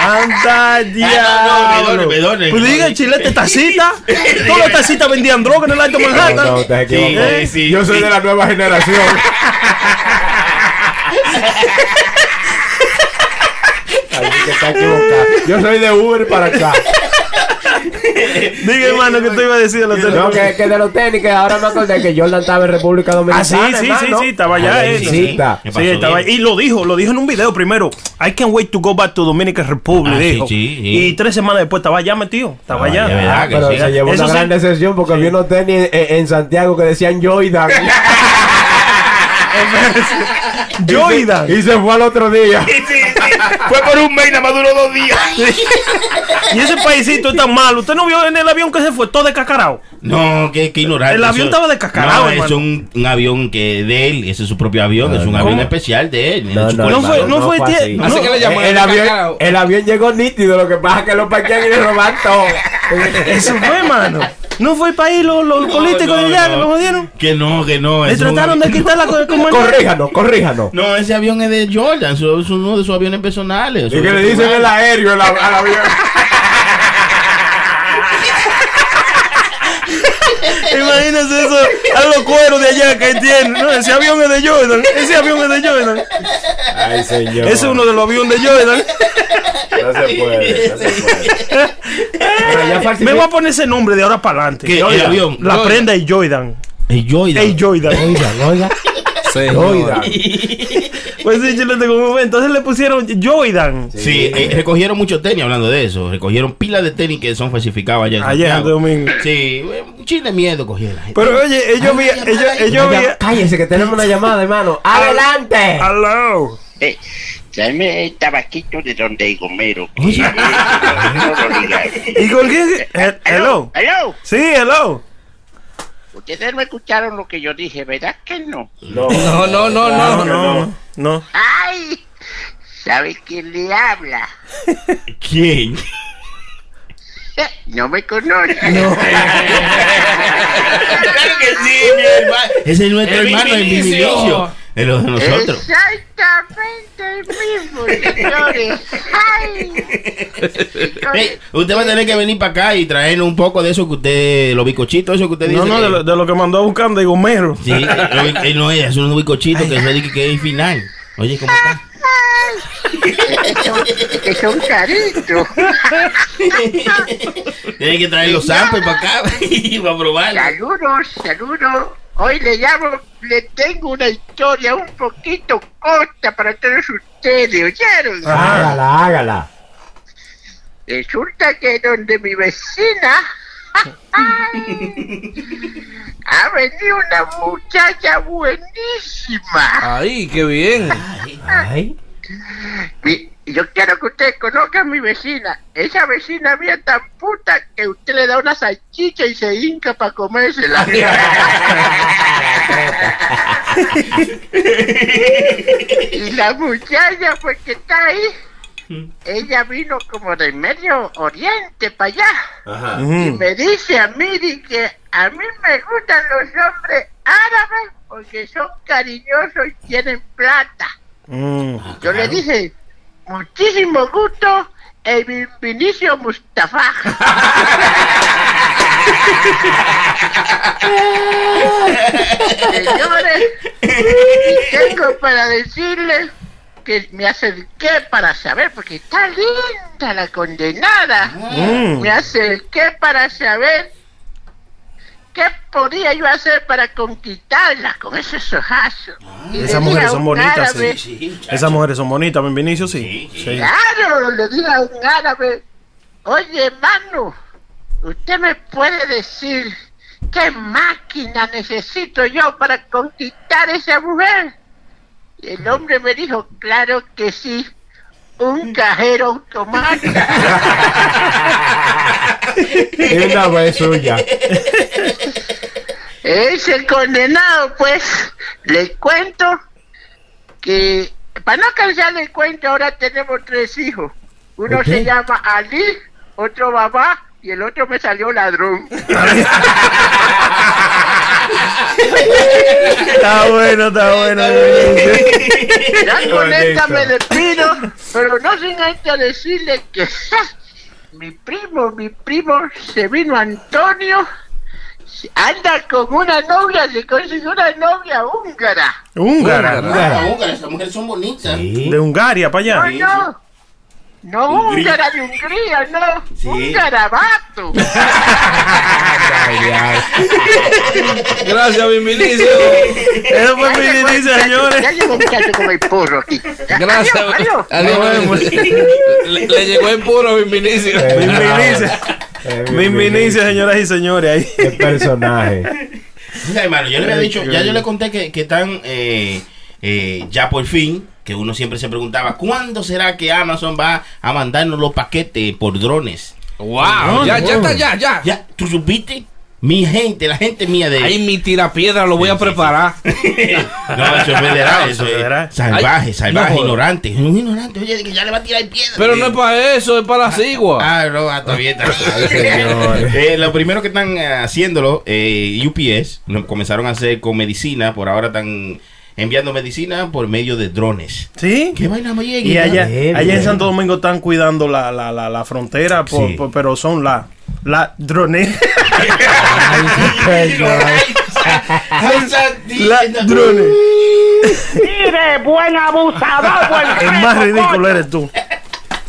Anda, Ah, no, no, me diablo. donen, me donen. Pues diga, chilete tacita. Todas las tacitas vendían droga en el Alto No, no, Manhattan. usted se equivocó. Sí, sí, Yo soy sí. de la nueva generación. Así que está equivocado. Yo soy de Uber para acá. Diga, hermano, que te iba a decir de los No, que, que de los tenis, que ahora me acordé que Jordan estaba en República Dominicana. Ah, sí, sí, sí, hermano. sí, estaba allá. Ay, eh. sí, Sí, está. Me pasó Sí, estaba bien. ahí. Y lo dijo, lo dijo en un video primero. I can't wait to go back to Dominican Republic. Ah, sí, dijo. sí, sí. Y tres semanas después estaba allá metido. Ah, Estaba allá. de verdad Ah, que Pero sí. se llevó Eso una sí. gran decepción porque vi unos tenis en, en Santiago que decían Jordan. Jordan. Y se fue al otro día. Fue por un mes, nada más duró dos días. Y ese paisito es tan malo. ¿Usted no vio en el avión que se fue todo de cacarao? No, qué, qué ignorante. El avión estaba descascarado, No, es hermano. un, un avión que de él, ese es su propio avión, es un avión ¿Cómo? especial de él. No, es su no, colmado. No fue, no, no fue, fue tie- así. Eh, no. Así que le llaman el, el avión, cacao. el avión llegó nítido, lo que pasa es que lo parquean y le roban todo. Eso fue, mano. No fue para ahí los, los políticos no, de allá que no. lo jodieron. Que no, que no. Le es un trataron de avión- quitar la co- como corríjanos, corríjanos. No, ese avión es de Jordan, su- es uno de sus aviones personales. Y que le dicen el aéreo al al avión. Imagínense eso a los cueros de allá que tienen. No, ese avión es de Jordan. Ese avión es de Jordan. Ay, señor. Ese es uno de los aviones de Jordan. No se puede, no se puede. Pero ya falsificó- Me voy a poner ese nombre de ahora para adelante. ¿Qué? ¿El Jordan. avión? La Jordan. prenda y Jordan. El Jordan. Ey, Jordan. Oigan, oigan, oigan. Pues sí, yo le tengo un momento. Entonces le pusieron Jordan. Sí, eh, recogieron muchos tenis hablando de eso. Recogieron pilas de tenis que son falsificados allá. en Ayer, Santiago. domingo. Sí, eh, un chile de miedo cogieron. Pero oye, ellos vi, ellos, ellos vi. Oigan, Cállese que tenemos una llamada, hermano. ¡Adelante! Hello. Eh, tráeme el tabaquito de donde hay gomero. que- Oye. eh, no lo digas. ¿Y con qué? he- Hello. hello. Sí, hello. Ustedes no escucharon lo que yo dije, ¿verdad que no? No, no, no, No, no, no. no. no. ¡Ay! ¿Sabes quién le habla? ¿Quién? Eh, No me conoce. claro que sí, mi hermano. Ese es nuestro hermano, el Vinicio. De los de nosotros. Exactamente el mismo, señores. ¡Ay! Ey, Señores, usted va a tener que venir para acá y traernos un poco de eso que usted, los bicochitos, eso que usted dice. No, no, que- de lo, de lo que mandó buscando de Gomero. Sí, lo bi- eh, no es, es unos bicochitos que se dice que es final. Oye, ¿cómo está? que son caritos. Tiene que traer los samples para acá y para probar. Saludos, saludos. Hoy le llamo, le tengo una historia un poquito corta para todos ustedes, ¿oyeron? Ah. Hágala, hágala. Resulta que donde mi vecina ha venido una muchacha buenísima. Ay, qué bien. Ah. Ay. Mi- yo quiero que usted conozca a mi vecina. Esa vecina mía tan puta que usted le da una salchicha y se hinca para comérsela. Y la muchacha pues que está ahí, ella vino como del medio oriente para allá. Ajá. Y Ujú. me dice a mí di que a mí me gustan los hombres árabes porque son cariñosos y tienen plata. Mm. Yo le dije, muchísimo gusto, el Vin- Vinicio Mustafa. Señores, y tengo para decirles que me acerqué para saber, porque está linda la condenada. Mm. Me acerqué para saber qué podía yo hacer para conquistarla con esos ojazos. Y le dije Esas a mujeres son un bonitas, sí. árabe, Esas mujeres son bonitas, ¿ven, Vinicio? Sí. sí. Claro, le dije a un árabe, oye hermano, usted me puede decir qué máquina necesito yo para conquistar esa mujer. Y el hombre me dijo, claro que sí, un cajero automático. Y una vez suya. Ese condenado, pues, le cuento que, para no cansar el cuento, ahora tenemos tres hijos. Uno se llama Ali, otro Babá y el otro me salió ladrón. Está bueno, está bueno. Ya con esta me despido, pero no sin antes decirle que mi primo, mi primo, se vino Antonio, anda con una novia, se consiguió una novia húngara. Húngara. Esas mujeres son bonitas. De Hungaria para allá. No, no. No, húngara de Hungría, no. Un garabato. Gracias, bienvenido. Eso fue Vinicio, Ya señores. llegó un muchacho con el porro aquí. Ya, Gracias. adiós, adiós. Adiós. Le, le llegó en puro a Bienvenido. Bienvenido. Eh, Bienvenido, señoras y señores. Qué personaje. Mira, hermano, yo le había dicho, ya yo le conté que, que están eh, eh, ya por fin, que uno siempre se preguntaba, ¿cuándo será que Amazon va a mandarnos los paquetes por drones? Wow. Ya, ya está, ya, ya. Ya, ¿tú supiste? Mi gente, la gente mía de... Ahí mi tirapiedra lo voy a preparar. No, eso es federal, eso es Federal. salvaje, Ay, salvaje, no jodas. ignorante. Es Un ignorante, oye, que ya le va a tirar piedra. Pero no es para eso, es para la cigua. Ah, no, ah, todavía está. señor. Eh, lo primero que están eh, haciéndolo, eh, UPS, lo comenzaron a hacer con medicina, por ahora están enviando medicina por medio de drones. ¿Sí? ¿Qué vaina me llega? Y allá, Bien, allá en bien. Santo Domingo están cuidando la, la, la, la frontera, por- Sí. por- pero son la, la drones. la drones. Mire, buen abusador, buen El más ridículo eres tú.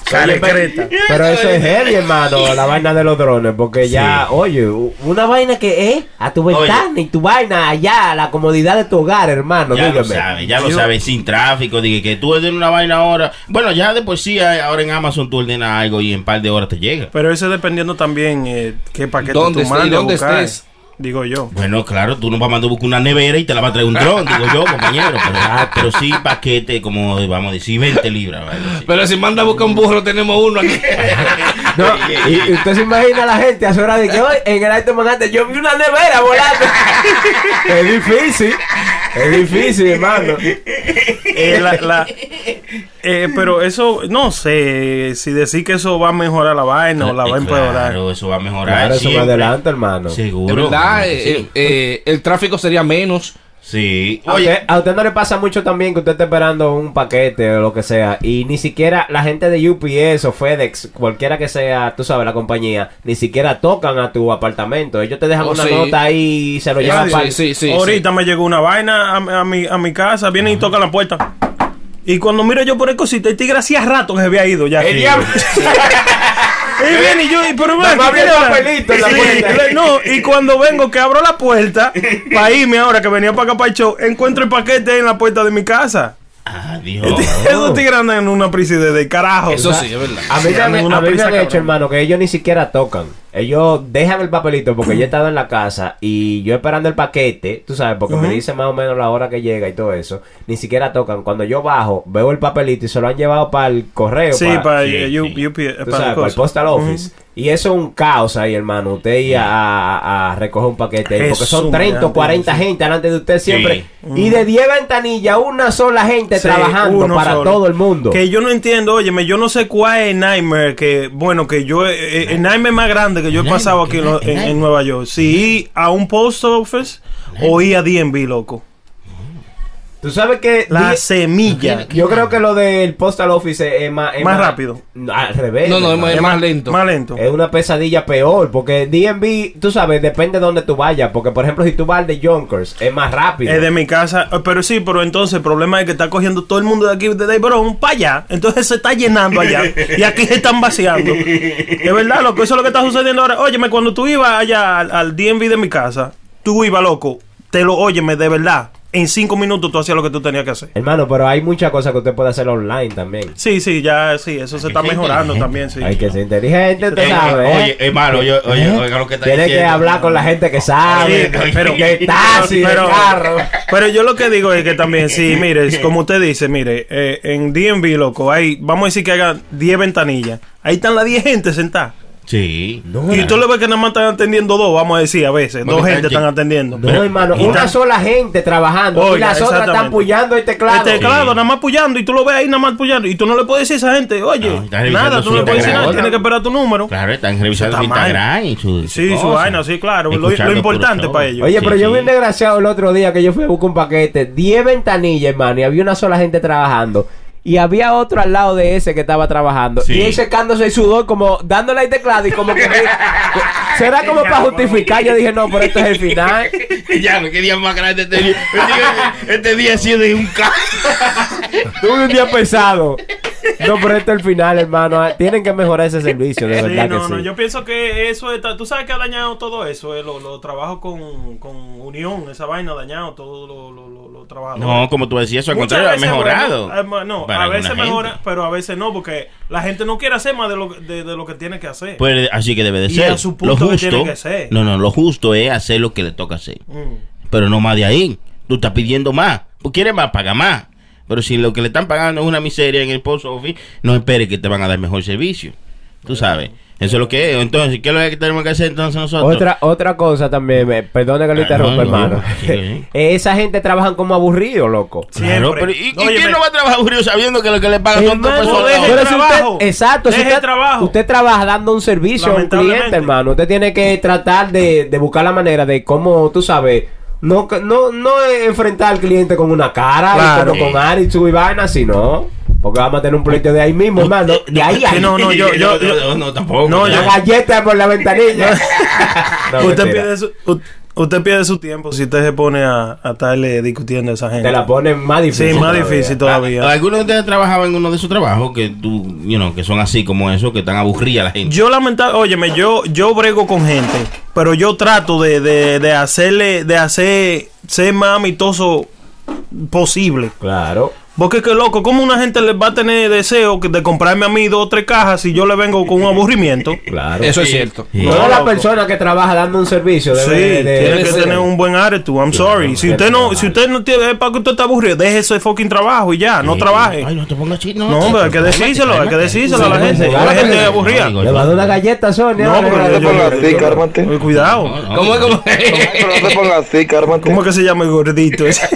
Cara creta. Pero eso es heavy, hermano, la vaina de los drones. Porque ya, oye, u- una vaina que es a tu Oye. ventana y tu vaina allá, a la comodidad de tu hogar, hermano. Ya lo dígame. sabes, ya lo sabes, sin tráfico, dije que tú ordenas una vaina ahora. Bueno, ya de por sí, eh, ahora en Amazon tú ordenas algo y en par de horas te llega. Pero eso dependiendo también eh, qué paquete ¿Dónde tú estés? mandes a ¿Dónde buscar. estés? Digo yo. Bueno, claro, tú no vas a mandar a buscar una nevera y te la va a traer un dron, digo yo, compañero. Pero, ah, pero sí, paquete, como vamos a decir, 20 libras. ¿vale? Sí. Pero si manda a buscar un burro, tenemos uno aquí. No, y, y usted se imagina a la gente a su hora de que hoy en el alto mandante yo vi una nevera volando. es difícil, es difícil, hermano. Eh, la- la- eh, pero eso, no sé si decir que eso va a mejorar la vaina o la va a Eh, empeorar. Claro, eso va a mejorar. Claro, eso siempre. más adelante, hermano. Seguro. De verdad, claro que eh, sí. eh, el tráfico sería menos. Sí. A usted- a usted no le pasa mucho también que usted está esperando un paquete o lo que sea y ni siquiera la gente de UPS o FedEx, cualquiera que sea, tú sabes, la compañía, ni siquiera tocan a tu apartamento. Ellos te dejan Oh, una sí. nota ahí y se lo llevan para Sí, Eh, sí, sí. Ahorita me llegó una vaina a, a mi, a mi casa, viene y toca la puerta. Y cuando miro yo por el cosito, el tigre hacía rato que se había ido ya. El Sí. diablo. y viene y yo, y pero Nada ven, más ¿qué abrió el era? papelito en la Sí, puerta. no, y cuando vengo que abro la puerta, para irme ahora que venía para acá para el show, encuentro el paquete en la puerta de mi casa. Ah, dijo. Oh. Esos tigres andan en una prisión de carajo. Eso sí, es verdad. A mí, Sí, me- andan en una a mí me prisa, han cabrón. hecho, hermano, que ellos ni siquiera tocan. Ellos dejan el papelito porque yo he estado en la casa y yo esperando el paquete, tú sabes, porque me dice más o menos la hora que llega y todo eso. Ni siquiera tocan. Cuando yo bajo, veo el papelito y se lo han llevado para el correo. Sí, pa- para sí, eh, U- sí. UPS, tú para sabes, para el cosa. postal Ujú. office. Y eso es un caos ahí, hermano. Usted ir a, a- a recoger un paquete ahí, Porque Es son 30 o sumamente 40 gente delante de usted siempre. Y de 10 ventanillas, una sola gente Sí, trabajando uno para solo. todo el mundo. Que yo no entiendo, óyeme, yo no sé cuál es el Nightmare, que bueno, que yo, eh, eh, el Nightmare más grande que yo he pasado aquí en, lo- en- en Nueva York. Si ir a un post office o ir a DMV, loco. Tú sabes que La di- semilla. yo creo que lo del postal office es, es más, es Más rápido. No, Al revés. No, no, es hermano. más, es más lento. Más lento. Es una pesadilla peor, porque DMV, tú sabes, depende de dónde tú vayas. Porque, por ejemplo, si tú vas al de Junkers, es más rápido. Es de mi casa, eh, pero sí, pero entonces el problema es que está cogiendo todo el mundo de aquí, de Daybron, para allá. Entonces se está llenando allá y aquí se están vaciando. Es verdad, loco, eso es lo que está sucediendo ahora. Óyeme, cuando tú ibas allá al, al DMV de mi casa, tú ibas loco, te lo óyeme, de verdad. En cinco minutos tú hacías lo que tú tenías que hacer. Hermano, pero hay muchas cosas que usted puede hacer online también. Sí, sí, ya, sí, eso se está mejorando también, sí. Hay que ser inteligente, tú Eh, sabes. ¿eh? Oye, hermano, oye, oye, oiga lo que está Tienes que diciendo. hablar con la gente que sabe, Sí, pero- Ah, que taxi, de pero- carro. Pero yo lo que digo es que también, sí, mire, es como usted dice, mire, eh, en DMV, loco, hay, vamos a decir que hagan 10 ventanillas. Ahí están las 10 gente sentada. Sí. Y tú le ves que nada más están atendiendo dos, vamos a decir, a veces. Porque Dos están gente están llen- atendiendo. Este No, hermano, Y una tan- sola gente trabajando y Oiga, las otras están este exactamente. Este pullando el teclado. El teclado, nada más pullando, y tú lo ves ahí nada más pullando. Y tú no le puedes decir a esa gente, No, oye, están revisando nada, tú su no le puedes decir nada, integrador. tienes que esperar tu número. Claro, están revisando Está su mal. Instagram y su. Sí, su cosa. vaina, sí, claro, lo- lo Escuchando importante por para todo. ellos. Oye, Sí, pero yo sí. vi un desgraciado el otro día que yo fui a buscar un paquete, 10 ventanillas, hermano, y había una sola gente trabajando. Y había otro al lado de ese que estaba trabajando. Sí. Y él secándose el sudor, como dándole al teclado y como que. Será como para justificar. Yo dije, no, pero esto es el final. ya, no, qué día más grande este día. Este día- Este día ha sido de un caos. Tuve un día pesado. No, pero esto es el final, hermano. Ah, Tienen que mejorar ese servicio, de Sí, verdad no, que no, sí. yo pienso que eso está. Tú sabes que ha dañado todo eso, eh, lo, lo trabajo con, con Unión, esa vaina ha dañado todo lo, lo, lo, lo trabajo. No, como tú decías, eso al Muchas contrario, ha veces, mejorado. bueno, eh, no, para a veces alguna mejora, gente. pero a veces no, porque la gente no quiere hacer más de lo, de, de lo que tiene que hacer. Pues, así que debe de Y ser. a su punto lo que justo, tiene que ser. No, no, lo justo es hacer lo que le toca hacer. Mm. Pero no más de ahí. Tú estás pidiendo más. Tú quieres más, paga más. Pero si lo que le están pagando es una miseria en el post office, no esperes que te van a dar mejor servicio. Tú sabes. Eso es lo que es. Entonces, ¿qué es lo que tenemos que hacer entonces nosotros? Otra, otra cosa también, me, perdone que lo Ah, interrumpa, no, no, hermano. sí. Esa gente trabajan como aburrido, loco. Claro, Siempre. pero ¿y, y Óyeme, quién no va a trabajar aburrido sabiendo que lo que le pagan son dos Hermano, pesos? la deje hora? pero si trabajo. usted- exacto, si Deje usted, trabajo. usted trabaja dando un servicio a un cliente, Lamentablemente. hermano. Usted tiene que tratar de, de buscar la manera de cómo, tú sabes, no, no, no enfrentar al cliente con una cara, Claro. y como con attitude y vaina, sino porque vamos a tener un pleito de ahí mismo, hermano. eh, De ahí a Eh, que ahí. no, no, yo- yo- yo- no, no, tampoco. No, La yo- galleta por la ventanilla. No, usted, mentira. pierde su, u- usted pierde su tiempo si usted se pone a, a estarle discutiendo a esa gente. Te la ponen más difícil. sí, más todavía. difícil todavía. ¿Alguno de ustedes trabajaba en uno de sus trabajos que tú, you know, que son así como eso, que están aburrida la gente? Yo lamentable, óyeme, yo, yo brego con gente, pero yo trato de, de, de hacerle, de hacer, ser más amistoso posible. Claro. Porque que loco, ¿cómo una gente les va a tener deseo que- de comprarme a mí dos o tres cajas si yo le vengo con un aburrimiento? Claro. Eso es cierto. Sí. Toda la loco. persona que trabaja dando un servicio Sí, debe de- de- tiene que de- tener un buen attitude. I'm sorry. Si usted no, si usted no tiene, es para que usted está aburrido, deje ese fucking trabajo y ya, no trabaje. Ay, no te pongas chino. No, hombre, hay que decírselo, hay que decírselo a la gente. La gente es aburrida. Le va a dar una galleta, Sonia. Le No, va a pero dar- yo- yo- Gordito, yo- ármate. Oye, cuidado. ¿Cómo es como? Pero no te pongas así, cármate. ¿Cómo es que se llama el gordito? ese?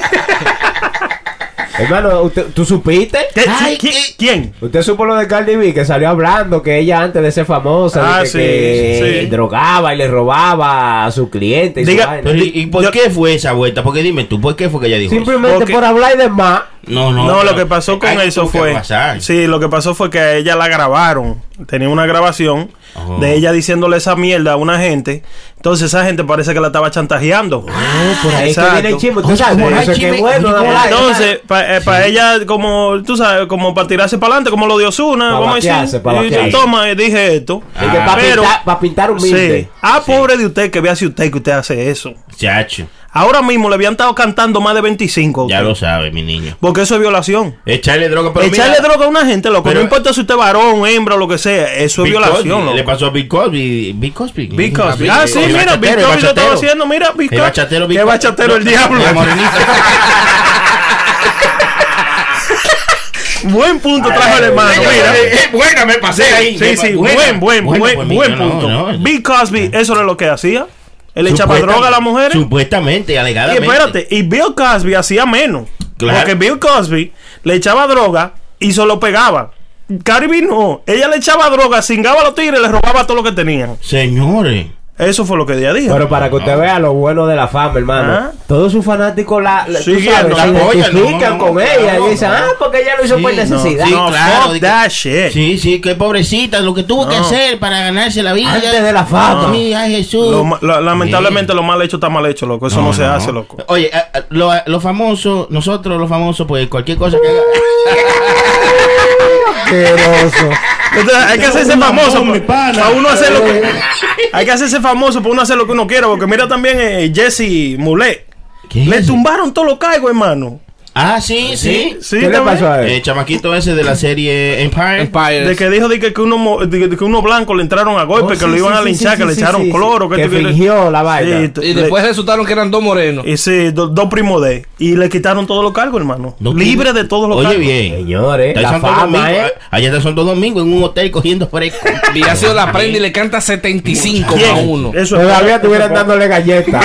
Hermano, usted- ¿tú supiste? ¿Qué? ¿Qui- ¿Quién? Usted supo lo de Cardi B que salió hablando que ella antes de ser famosa Ah, de que, sí, que sí. drogaba y le robaba a su cliente. y su Diga- vaina. Pero, ¿Y y por qué fue esa vuelta? Porque dime tú, ¿por qué fue que ella dijo eso? Simplemente porque- por hablar de más. No, no. No, lo pero- que pasó con Ay, eso tuvo que fue. pasar. Sí, lo que pasó fue que a ella la grabaron. Tenía una grabación Ajá. de ella diciéndole esa mierda a una gente. Entonces esa gente parece que la estaba chantajeando. Ah. por ahí es que Exacto. viene el chisme. Usted sabe, por Oye, eso es que es bueno de hablar. Entonces, para ella, como tú sabes, como para tirarse para adelante, como lo de Osuna, Pa' vamos a vaquearse, decir. pa' y vaquearse. dice, toma, eh, dije esto. Ah. Y que para, Pero- pintar, para pintar un Sí. minte. Ah, pobre de usted que vea si usted que usted hace eso. Chacho, Ahora mismo le habían estado cantando más de 25. a ya usted, lo sabe, mi niño. Porque eso es violación. Echarle droga, pero Echarle mira, droga a una gente, loco. pero- no importa si usted varón, hembra o lo que sea. Eso es Bill violación, Cosby, loco. Le pasó a Bill Cosby. Bill Cosby. Bill Cosby. Bill- Ah, sí, el mira, Bill bachatero, el Cosby lo estaba bachatero. haciendo. Mira, Bill El Cosby. bachatero Bill Qué Cosby. bachatero el diablo. La morenita. Buen punto trajo Eh, el hermano. Mira. buena, me pasé eh, ahí. pues, Sí, sí, buen, buen, buen, buen eh. punto. Bill Cosby, eso era lo que hacía. Él echaba droga a las mujeres. Supuestamente, Y alegadamente. espérate, y Bill Cosby hacía menos. Claro. Porque Bill Cosby le echaba droga y se lo pegaba. Caribbean no. Ella le echaba droga, cingaba a los tigres y le robaba todo lo que tenían. Señores. Eso fue lo que ella dijo. Pero para que usted vea lo bueno de la fama, hermano. Ah. Todos sus fanáticos la, la, tú Sí, sabes, no, se la apoyan, identifican no, con no, ella. no, y dicen, no. ah, porque ella lo hizo Sí, por no, necesidad. sí, no, claro, fuck dice- that shit. Sí, sí, qué pobrecita, lo que tuvo que No. hacer para ganarse la vida. Antes de la fama. Sí, ay, Jesús. uh, Lo ma- la- lamentablemente lo mal hecho está mal hecho, loco. Eso no, se hace, loco. Oye, a- a- lo, eh, lo famoso, nosotros los famosos, pues cualquier cosa que haga. Asqueroso. Entonces, hay que hacerse Una famoso bomba, mi pana. para uno hacer lo Eh. que hay que hacerse famoso para uno hacer lo que uno quiera, porque mira también eh, Jesse Mulet. ¿Qué Le es? tumbaron todos los cargos, hermano. Ah, sí, sí. Sí, ¿Qué le también. pasó a El él? chamaquito ese de la serie Empire. Empires. De que dijo de que, que uno mo- de, que- de que uno blanco le entraron a golpe, Oh, que sí, lo iban sí, a sí, linchar, sí, que le sí, echaron sí, sí. cloro, que, Que tú- fingió la vaina. t- Y le- después resultaron que eran dos morenos. y sí, do- dos primos de él. y le quitaron todos los cargos, hermano. Dos Libre primos. de todos los Oye, cargos. bien. Señores, Está en la Santo fama, Domingo, ¿eh? a- Allá está Santo Domingo en un hotel cogiendo fresco. Y ha sido la prenda y le canta 75 Bien. a uno. Eso es- Todavía estuvieran dándole galletas.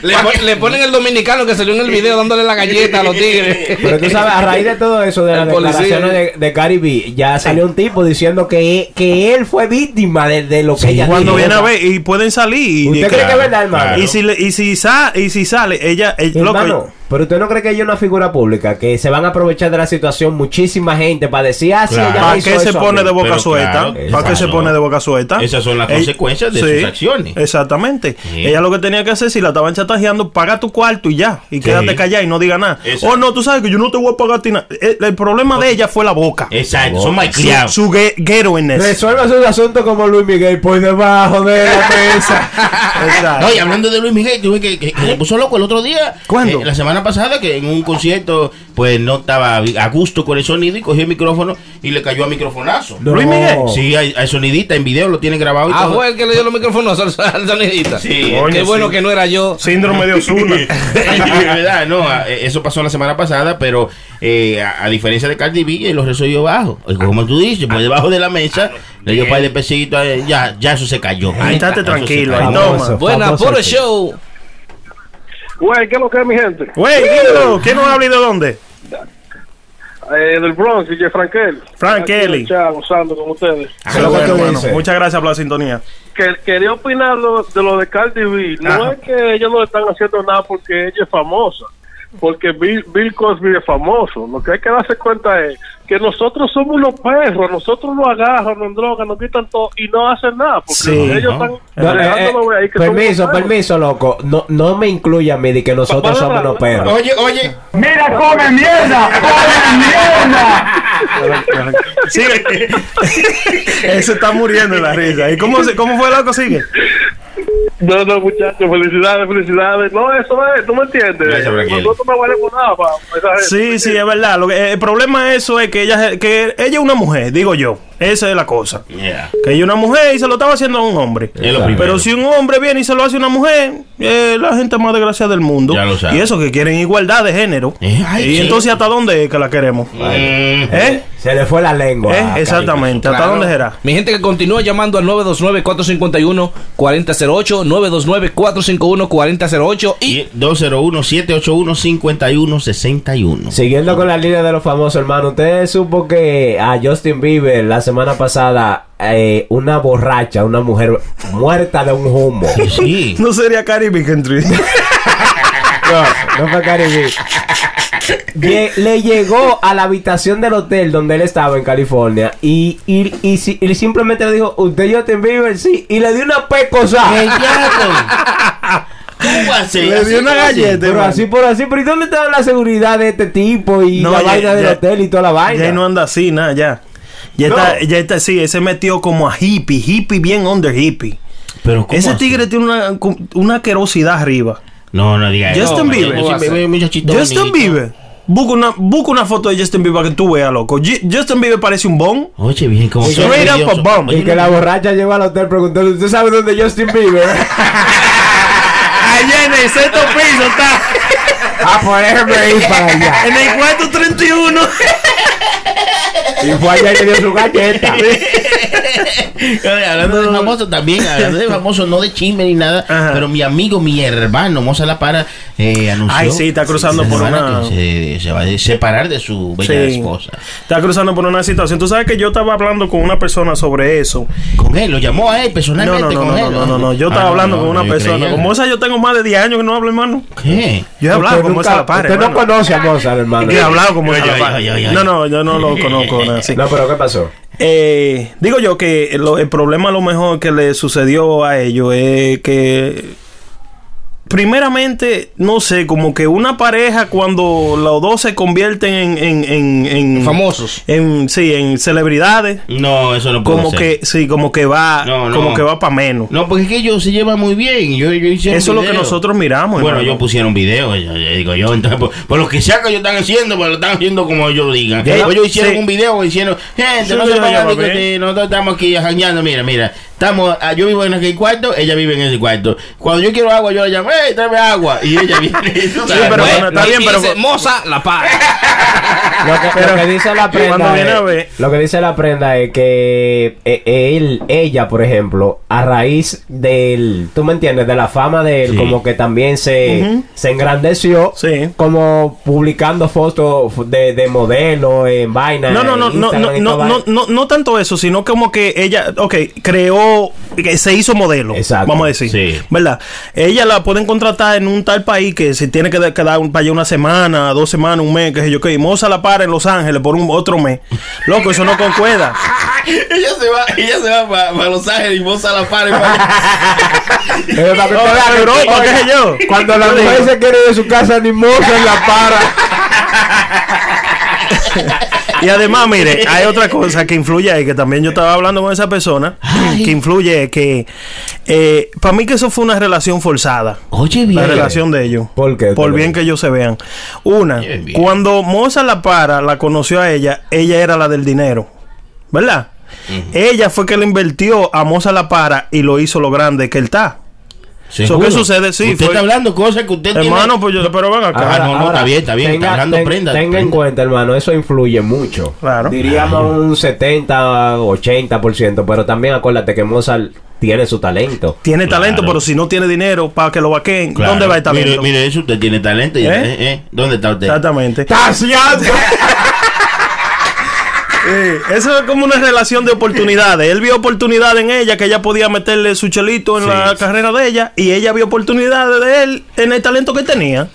Le, pon- le ponen el dominicano que salió en el video dándole la galleta a los tigres. Pero tú sabes, a raíz de todo eso, de las El policía. declaraciones de, de Cardi B, ya salió un tipo diciendo que, que él fue víctima de, de lo que ella Cuando dijo. viene a ver y pueden salir. y- ¿Usted y- cree que es verdad, hermano? Y si, le- y, si sa- y si sale, ella, ella- loco, Hermano, pero usted no cree que ella es una figura pública, que se van a aprovechar de la situación muchísima gente para decir, ah, sí, Claro. ella ¿Para hizo qué se eso a pone mí"? de boca Pero suelta? claro, ¿Para qué se exacto. pone de boca suelta? Esas son las Ey, consecuencias de sus acciones. Exactamente. Sí. Ella lo que tenía que hacer, si la estaban chantajeando, paga tu cuarto y ya. Y quédate callada y no diga nada. Exacto. Oh, no, tú sabes que yo no te voy a pagar a ti nada. El, el problema de ella fue la boca. Exacto, son Su, malcriados. su gue- ghettoiness. Resuelva sus asuntos como Luis Miguel por debajo de la mesa. Exacto. No, y hablando de Luis Miguel, tuve que, que- que le puso loco el otro día. ¿Cuándo? Eh, la semana pasada, que en un concierto, pues no estaba a gusto con el sonido y cogió el micrófono y le cayó a microfonazo. No. Luis Miguel. Sí, hay, hay sonidita en video, lo tienen grabado y Ah, todo. fue el que le dio los micrófonos al, al sonidista. Sí, Qué coño, bueno sí. que no era yo. Síndrome de Osuna. De verdad, no, a- eh, eso pasó la semana pasada, pero eh, a, a diferencia de Cardi B, él lo resolvió bajo. Y Como tú dices, por debajo de la mesa, le dio par de pesitos, eh, ya, ya eso se cayó. Ahí está, estate eso tranquilo, se ahí cayó. Famoso, toma. Buena, famoso por el ese. show. Güey, ¿qué es lo que es mi gente? Güey, dímelo, ¿quién nos habla y de dónde? Eh, del Bronx, DJ Frankel. Frank Aquí Kelly. en el chat, gozando con ustedes. Ah, es lo que Bueno, tú bueno, dices. muchas gracias por la sintonía. Que, quería opinar lo- de lo de Cardi B. No Ajá. es que ellos no le están haciendo nada porque ella es famosa. Porque Bill, Bill Cosby es famoso. Lo que hay que darse cuenta es que nosotros somos unos perros. Nosotros nos agarran, nos drogan, nos quitan todo y no hacen nada. Porque Sí, ellos ¿no? están No, eh, eh, dejándolo ver ahí que somos permiso, unos perros. permiso, loco. No, no me incluya a mí de que nosotros Papá, somos los papá. perros. Oye, oye, Mira, come mierda, come mierda. Sí, ese está muriendo en la risa. ¿Y cómo, se- cómo fue loco? Sigue. No, no, muchachos, felicidades, felicidades. No, eso es, tú me entiendes. Gracias, Raquel. Nosotros no valemos nada para esa gente. Sí, sí, es verdad. Lo que- eh, el problema de eso es que ella, es- que ella es una mujer, digo yo. Esa es la cosa. Yeah. Que ella es una mujer y se lo estaba haciendo a un hombre. Es lo primero. Pero si un hombre viene y se lo hace a una mujer, eh, la gente más desgraciada del mundo. Ya lo sabe. Y eso que quieren igualdad de género. Eh, ay, y sí. entonces, ¿hasta dónde es que la queremos? Mm. ¿Eh? Se le fue la lengua. ¿Eh? a Cardi B. Exactamente. ¿Hasta Claro. dónde será? Mi gente que continúa llamando al 929-451-4008, 929-451-4008 y... Y 201-781-5161. Siguiendo con la línea de los famosos, hermano, usted supo que a Justin Bieber la semana pasada eh, una borracha, una mujer muerta de un humo. Sí. No sería Caribe Country. No, no fue Cardi B. Lle- le llegó a la habitación del hotel donde él estaba en California y, y, y si- y simplemente le dijo, usted Justin Bieber, sí, y le dio una ¡Qué pecosa. diablo! ¿Cómo hace? Le dio una galleta. Pero así por así, pero ¿y dónde estaba la seguridad de este tipo y No, la ya- vaina del ya- hotel y toda la vaina? Ya ahí no anda así, nada, ya. Ya No. está, ya está, sí, ese metió como a hippie, hippie bien under hippie. Pero ¿cómo Ese hace? tigre tiene una, una asquerosidad arriba. No, no diga eso. Justin No, Bieber. no, Justin Bieber, muchachito Justin bonito. Bieber. Busca una, busca una foto de Justin Bieber para que tú veas, loco. Ju- Justin Bieber parece un bon. Oye, bien, como Straight son up a envidiosos. bum. Oye, Y que la borracha llegó al hotel preguntando, ¿usted sabe dónde Justin Bieber? Allá en el sexto piso está. Ah, A ponerme ahí para allá. En el cuarto 31. Y fue allá y le dio su galleta. hablando de famoso también, hablando de famoso, no de chisme ni nada, Ajá. pero mi amigo, mi hermano, Moza La Para, eh, anunció. Ay, sí, está cruzando esta por semana una- que Se, se va a separar de su bella Sí. esposa. Está cruzando por una situación. Tú sabes que yo estaba hablando con una persona sobre eso. Con él, lo llamó a él No, personalmente. no, no, con no, él. no, no, no. Yo estaba Ah, hablando no, con no, una yo persona. creía. Como esa yo tengo más de 10 años que no hablo, hermano. ¿Qué? Yo he hablado Usted con nunca- Moza la Para. Usted no hermano. conoce a Moza, hermano. Yo he hablado con Yo, Moza yo, la Para. yo, yo, yo. No, no, yo no lo conozco. nada así. No, pero ¿qué pasó? Eh, digo yo que lo- el problema a lo mejor que le sucedió a ellos es que primeramente, no sé, como que una pareja cuando los dos se convierten en, en, en, Mm. en- Famosos. en- sí, en celebridades, No, eso no puede como ser. que, sí, como que va, No, no. como que va para menos. No, porque es que ellos se llevan muy bien. Yo, yo hice un Eso es lo que video. nosotros miramos. Bueno, hermano. yo pusieron video, yo, yo digo yo, entonces, por, por lo que sea que ellos están haciendo, pues lo están haciendo como ellos digan. Ya, ellos hicieron sí. un video diciendo, gente, Sí, no se yo vayan, llamo, porque ¿ven? nosotros estamos aquí jangueando, mira, mira, estamos, ah, yo vivo en aquel cuarto, ella vive en ese cuarto. Cuando yo quiero agua, yo la llamo, hey, tráeme agua, y ella viene. tú Sí, sabes, pero pues, bueno, está bien, pero- Moza la para. Lo que, lo que dice la Pero prenda cuando viene es, a ver- lo que dice la prenda es que eh, él ella por ejemplo a raíz del tú me entiendes de la fama de él Sí. como que también se Ujú. se engrandeció Sí. como publicando fotos de, de modelo en vaina No, no, no, en no, no, Instagram y no, toda no, vaina. no, no tanto eso, sino como que ella, ok, creó, que se hizo modelo, Exacto. vamos a decir, Sí. ¿verdad? Ella la pueden contratar en un tal país que se tiene que quedar para allá una semana, dos semanas, un mes, qué sé yo, que y Moza la para en Los Ángeles por un otro mes. Loco, eso no concuerda. ella se va, ella se va para Los Ángeles y vos a la para. y pa- Pero también No, te da a Europa, qué sé yo. cuando la Yo digo, mujer se quiere de su casa ni moza en la para Y además, mire, hay otra cosa que influye ahí, que también yo estaba hablando con esa persona, que influye que, para mí que eso fue una relación forzada. Oye, bien. La relación de ellos. ¿Por qué? Por bien que ellos se vean. Una, Bien, bien. cuando Moza la para, la conoció a ella, ella era la del dinero. ¿Verdad? Ella fue que le invirtió a Moza la para y lo hizo lo grande que él está. ¿Seguro? ¿qué sucede? Sí, usted fue- está hablando cosas que usted tiene- Hermano, pues yo, pero ven acá. Ah, no, no, está bien, está bien, está hablando prenda, Tenga en prenda. cuenta, hermano, eso influye mucho. Claro. Diríamos un 70, 80%, pero también acuérdate que Mozart tiene su talento. Tiene Claro. talento, pero si no tiene dinero para que lo vaqueen, Claro. ¿dónde va el Mire, talento? mire, eso usted tiene talento. y- ¿Eh? eh, eh, ¿Dónde está usted? Exactamente. ¡Taseando! Eh, eso es como una relación de oportunidades. Él vio oportunidad en ella, que ella podía meterle su chelito en Sí. la carrera de ella, y ella vio oportunidades de él en el talento que tenía.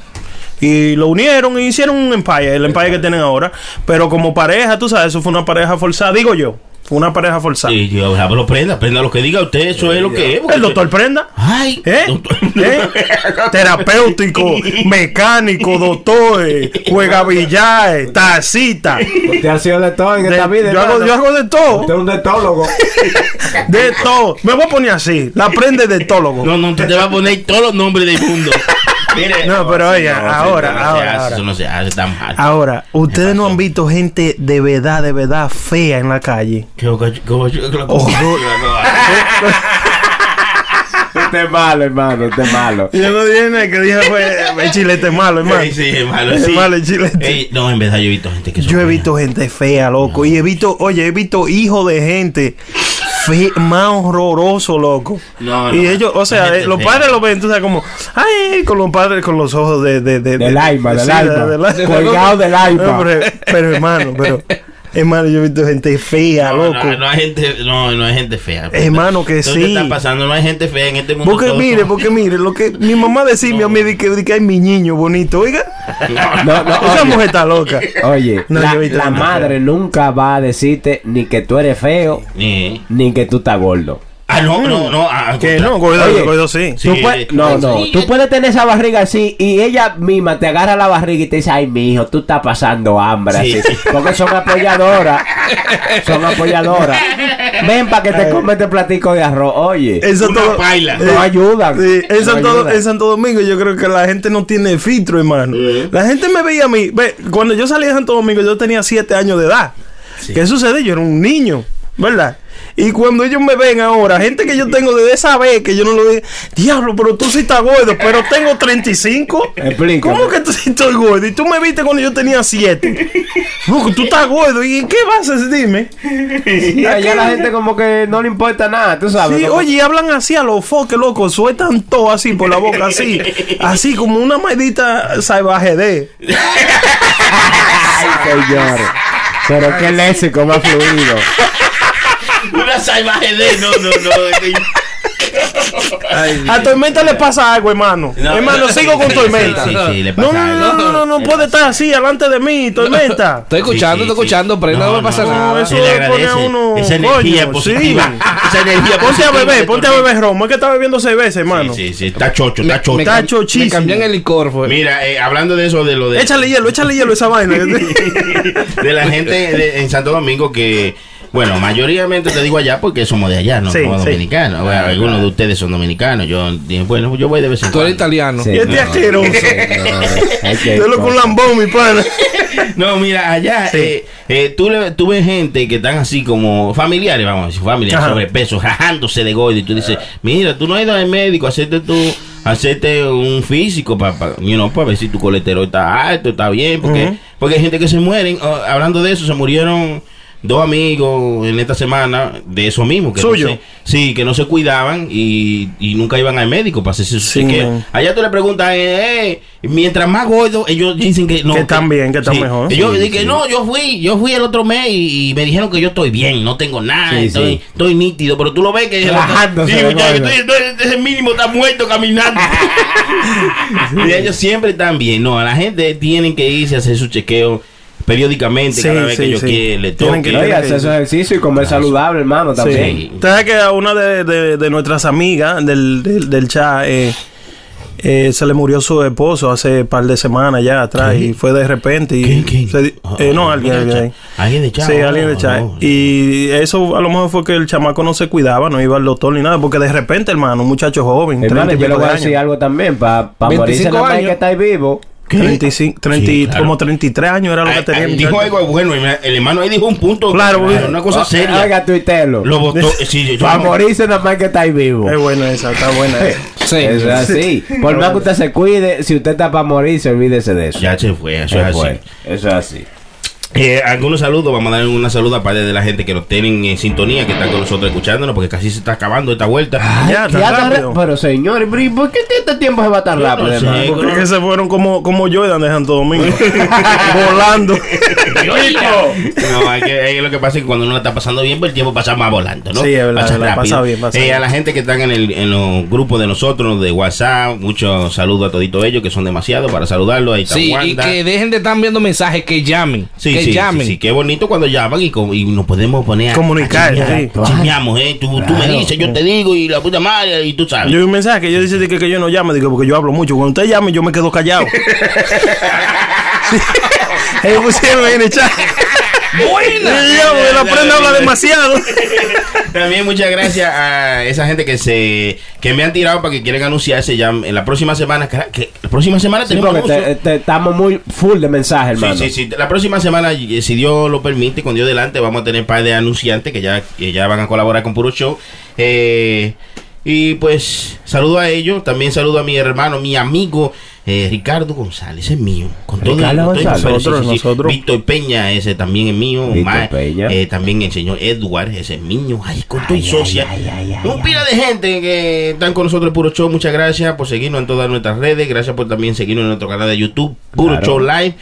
Y lo unieron y hicieron un empire, el empire que tienen ahora. Pero como pareja, tú sabes, eso fue una pareja forzada, digo yo. Fue una pareja forzada. Sí, sí, o sea, pero prenda, prenda lo que diga usted, eso es lo que es. porque- El doctor Prenda. Ay, ¿Eh? doctor- ¿Eh? Terapéutico, mecánico, doctor, eh, juega billar, eh, tacita. Usted ha sido de todo en De- esta vida. yo, hago, hermano. yo hago de todo. Usted es un detólogo. De todo. Me voy a poner así. La prende de etólogo. No, No, no, usted te va a poner todos los nombres del mundo. Mire, pero oye, no, ahora, eso no se hace, Eso no se ahora, Ah. ahora. hace tan mal. Ahora, ustedes no han visto gente de verdad, de verdad fea en la calle. Qué oca- qué oca- qué oca- Ojo. usted es malo, hermano. Usted es malo. Yo no dije nada, que dije fue el chilete es malo, hermano. Ay, ah, sí, es malo, Es sí. malo el chilete. Ey, no, en verdad yo he visto gente que son Yo he feas. visto gente fea, loco. Y he visto, oye, he visto hijos de gente fe, más horroroso, loco. No, no. y ellos, o La sea, gente eh, los fea. padres lo ven, tú sabes, como, ay, con los padres, con los ojos de. de, de Del de- alma, del sí, alma. del alma. Colgado del No, alma. pero, pero, hermano, pero. Hermano, yo he visto gente fea, No, loco. No, no hay gente, no, no hay gente fea. pues, Hermano, que Entonces, ¿qué sí. está pasando? No hay gente fea en este mundo. Porque todos mire, son- porque mire, lo que mi mamá decía a mí de que, de que hay mi niño bonito, oiga. No, no, Esa oye. mujer está loca. Oye, No, la, yo he visto la una madre nunca va a decirte ni que tú eres feo, Eh. ni que tú estás gordo. Ah, no, no, no. ah, Que no, gordo, Oye. gordo sí. Sí. Tú puedes- no, no. Tú puedes tener esa barriga así y ella misma te agarra la barriga y te dice, ay, mi hijo, tú estás pasando hambre. Sí. así". Porque son apoyadoras. Son apoyadoras. Ven para que te comas este platico de arroz. Oye, Eso Una todo. paila. no ayudan. Sí, en, No Santo, ayudan. en Santo Domingo yo creo que la gente no tiene filtro, hermano. La gente me veía a mí. ve, cuando yo salí de Santo Domingo yo tenía 7 años de edad. ¿Qué sucede? Yo era un niño, ¿verdad? Y cuando ellos me ven ahora, gente que yo tengo desde esa vez que yo no lo dije, diablo, pero tú sí estás gordo, pero tengo 35. Explícame. ¿Cómo que tú sí estás gordo? Y tú me viste cuando yo tenía 7. Loco, tú estás gordo. ¿Y qué vas a hacer? Dime. Y allá la gente como que no le importa nada, tú sabes. Sí, como- oye, y hablan así a los foques, loco. Sueltan todo así por la boca, así. Así como una maldita salvaje de. Ay, señores. Pero qué léxico más fluido. Una salvaje de. No, no, no. A Tormenta le pasa algo, hermano. No, hermano, no, sigo con sí, Tormenta. Sí, sí, sí, le pasa No, no, algo. no, no, no, no Le puede pasa estar así delante de mí, Tormenta. Estoy Sí, escuchando, sí, estoy escuchando, sí. prenda, no, me pasa nada. eso se le le agradece. pone a uno- Esa energía coño, positiva. sí. Esa energía Ponte a positiva beber, de ponte a Tormenta. beber romo. Es que está bebiendo cerveza, hermano. Sí, sí, sí. Está chocho, está chocho. me, Está cam- chochísimo. me cambian el licor, fue. Mira, eh, hablando de eso, de lo de. Échale hielo, échale hielo a esa vaina. de la gente de- en Santo Domingo que, bueno, mayoritariamente te digo allá porque somos de allá, no Sí, somos sí. dominicanos. Bueno, algunos de ustedes son dominicanos. Yo dije, bueno, yo voy de vez en Ah, Tú eres cuando. italiano. Sí. y este asqueroso. Yo lo con lambón, mi pana. No, mira, allá eh, eh, tú, le- tú ves gente que están así como familiares, vamos a decir, familiares, Ajá. sobrepeso, jajándose de gordo. Y tú dices, mira, tú no has ido al médico, hacerte tú. Hacerte un físico para you know, para ver si tu colesterol está alto, está bien, porque, Ujú. porque hay gente que se mueren. Oh, hablando de eso, se murieron dos amigos en esta semana de eso mismo. Que no ¿Suyo? se- sí, que no se cuidaban y, y nunca iban al médico para hacerse su Sí, chequeo. man. Allá tú le preguntas, eh, eh, mientras más gordo, ellos dicen que no Que están bien, que están mejor. yo Sí, dije, sí. no, yo fui, yo fui el otro mes y, y me dijeron que yo estoy bien, no tengo nada, Sí, estoy, sí. estoy nítido, pero tú lo ves que el otro- Bajándose Sí, de muchacho, nuevo. estoy- estoy- ese mínimo está muerto caminando. y ellos siempre están bien. No, la gente tienen que irse a hacer su chequeo periódicamente Sí, cada vez que sí, ellos sí. quieren, le Tienen toque. que- Oye, hacer su ejercicio y comer saludable, hermano, también. Sí. Te sabes que a una de, de- de nuestras amigas del, del, del chat eh, eh, se le murió su esposo hace un par de semanas ya atrás y fue de repente. Y ¿Quién, quién? se di- Ah, eh, no, ah, alguien, alguien. de ahí. chat. Alguien de chat, Sí, ah, alguien de chat. no. Y eso a lo mejor fue que el chamaco no se cuidaba, no iba al doctor ni nada, porque de repente, hermano, un muchacho joven, Hermano, 30 y yo le pico voy de a decir años. algo también. Para pa 25 morirse nada más hay años. que estáis vivo. 35, 30, Sí, claro. como 33 años era lo que Ay, tenía. ay, el dijo muchacho. algo bueno, y mira, el hermano ahí dijo un punto. Claro, Ah, porque- una cosa seria. Ah, Oiga, tuitelo. Lo votó. Sí, yo- yo- Para morirse nada más hay que estáis vivo. Es buena esa, está buena esa. Sí. Eso es así. Por más que usted se cuide, si usted está para morirse, olvídese de eso. ya se fue, eso es Eso así. es, eso es así. Eh, algunos saludos, vamos a dar una saluda aparte de la gente que nos tienen en sintonía, que están con nosotros escuchándonos, porque casi se está acabando esta vuelta. Ya Ya, tan tan rápido. ra- Pero señor, pero ¿y ¿por qué este tiempo se va tan Yo no rápido, sé, hermano? Porque es que se fueron como, como Jordan de Santo Domingo. volando. No, hay que, hay lo que pasa es que cuando uno la está pasando bien, pues el tiempo pasa más volando, ¿no? Sí, es verdad, es verdad, rápido. pasa bien, pasa Eh, bien. A la gente que están en, el, en los grupos de nosotros, de WhatsApp, muchos saludos a toditos ellos, que son demasiados para saludarlos. Ahí está Sí, y Wanda. que dejen de estar viendo mensajes, que llamen. Sí, que sí, llamen. sí, sí, qué bonito cuando llaman y, co- y nos podemos poner a Comunicar, a chismear. sí. Chismeamos, ¿eh? Tú, tú me dices, yo te digo y la puta madre, y tú sabes. Yo vi un mensaje que yo dice de que, que yo no llame, digo, porque yo hablo mucho. Cuando usted llame, yo me quedo callado. Sí. Ellos pusieron ahí en el chat. Buena. Y yo, porque la prenda habla demasiado. También muchas gracias a esa gente que se que me han tirado para que quieren anunciarse ya en la próxima semana. cara- Que, la próxima semana Sí, tenemos porque anuncio. te- te- estamos muy full de mensajes, hermano. Sí, sí, sí. La próxima semana, eh, si Dios lo permite, con Dios delante, vamos a tener un par de anunciantes que ya, que ya van a colaborar con Puro Show. Eh, y pues, saludo a ellos. También saludo a mi hermano, mi amigo eh, Ricardo González, es mío. Con todo Ricardo con todo- González. sí, sí, Nosotros, sí. nosotros. Víctor Peña, ese también es mío. Víctor Omar, Peña. eh, también el señor Edward, ese es mío. Ay, con todo y socia. Un pila de gente que están con nosotros en Puro Show. Muchas gracias por seguirnos en todas nuestras redes. Gracias por también seguirnos en nuestro canal de YouTube, Puro Claro. Show Live.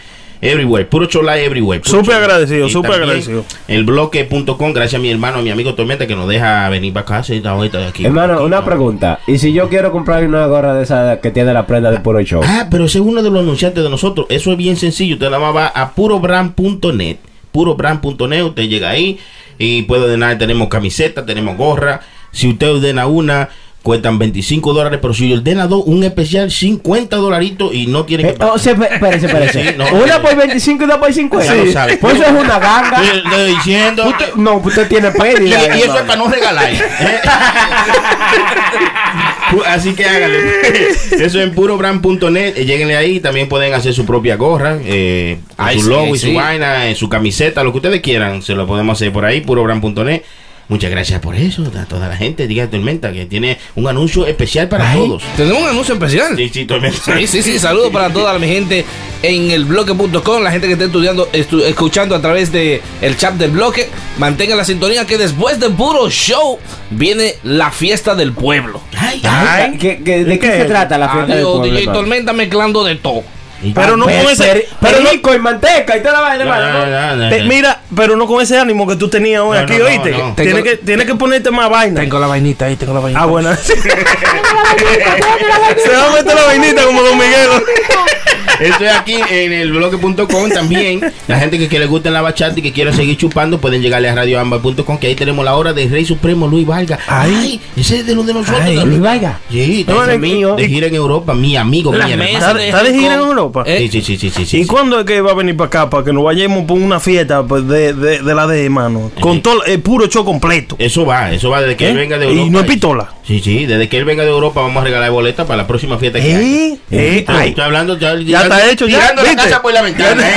Everywhere, puro show live everywhere. Puro Súper show. agradecido, Y súper también agradecido. El bloque.com, gracias a mi hermano, a mi amigo Tormenta que nos deja venir para acá. sí, está ahorita aquí. Hermano, Aquí, una ¿no? pregunta. ¿Y si yo quiero comprar una gorra de esa que tiene la prenda de puro show? Ah, pero ese es uno de los anunciantes de nosotros. Eso es bien sencillo. Usted nada más va a purobrand.net. Purobrand.net, usted llega ahí y puede ordenar. Tenemos camiseta, tenemos gorra. Si usted ordena una, cuestan 25 dólares. Pero si ordena dos, un especial 50 dolaritos y no tiene que Eh, pagar. oh, sí, pe- espérese, espérese. Sí, no, una no. por 25 y dos por 50. Ya lo sabe. Pues eso es una ganga. Estoy- estoy diciendo. Usted- no, usted tiene Y, pérdida. y eso es hermano. para no regalar. ¿eh? Pu- Así que háganle. Eso es en purobrand.net. Eh, Lléguenle ahí. También pueden hacer su propia gorra, eh, con Ay, su sí, logo y sí. su vaina, eh, su camiseta, lo que ustedes quieran. Se lo podemos hacer por ahí, purobrand.net. Muchas gracias por eso. A toda la gente, diga Tormenta, que tiene un anuncio especial para todos. Tenemos un anuncio especial. Sí, sí, Tormenta. Sí, sí, sí, saludos para toda mi gente en el bloque.com, la gente que está estudiando, estu- escuchando a través de el chat del bloque, mantenga la sintonía que después del puro show viene la fiesta del pueblo. Ay, Ay, ¿qué- qué- ¿y ¿De qué, qué? se trata la fiesta del Adiós, pueblo, Ah, DJ entonces? Tormenta mezclando de todo. Pero no con Pe- ese. per- Pero no, perico y manteca y toda la vaina, No, hermano. no, no, no, te- no. mira, pero no con ese ánimo que tú tenías hoy No, aquí, no, no, oíste. no. Tienes, Tengo- que, tienes que ponerte más vaina. la vainita ahí, tengo la vainita. Ah, bueno. Se va a meter la vainita como Don Miguel. Esto es aquí en el bloque.com también. La gente que, que le gusta la bachata y que quiera seguir chupando pueden llegarle a radioambar.com que ahí tenemos la hora de Rey Supremo Luis Valga. Ay, ese es de los de nosotros. Ay, Luis Valga. Sí, No, ese es y- mío. De gira en Europa, mi amigo, Las mi hermano. mesas de ¿Está de gira en Hong Kong. Europa? Eh, Sí, sí, sí, sí, sí, sí, ¿Y sí. cuándo es que va a venir para acá? Para que nos vayamos por una fiesta pues, de, de, de la de mano. Con todo el puro show completo. Eso va, eso va desde Eh, que ¿Eh? él venga de Europa. Y no es pistola. Sí, sí, desde que él venga de Europa vamos a regalar boletas para la próxima fiesta que hay. ¿Eh? ¿Eh? Estoy, Ay. estoy hablando ya, Ya está hecho, ya, tirando la ¿viste? casa por la ventana. ¿eh?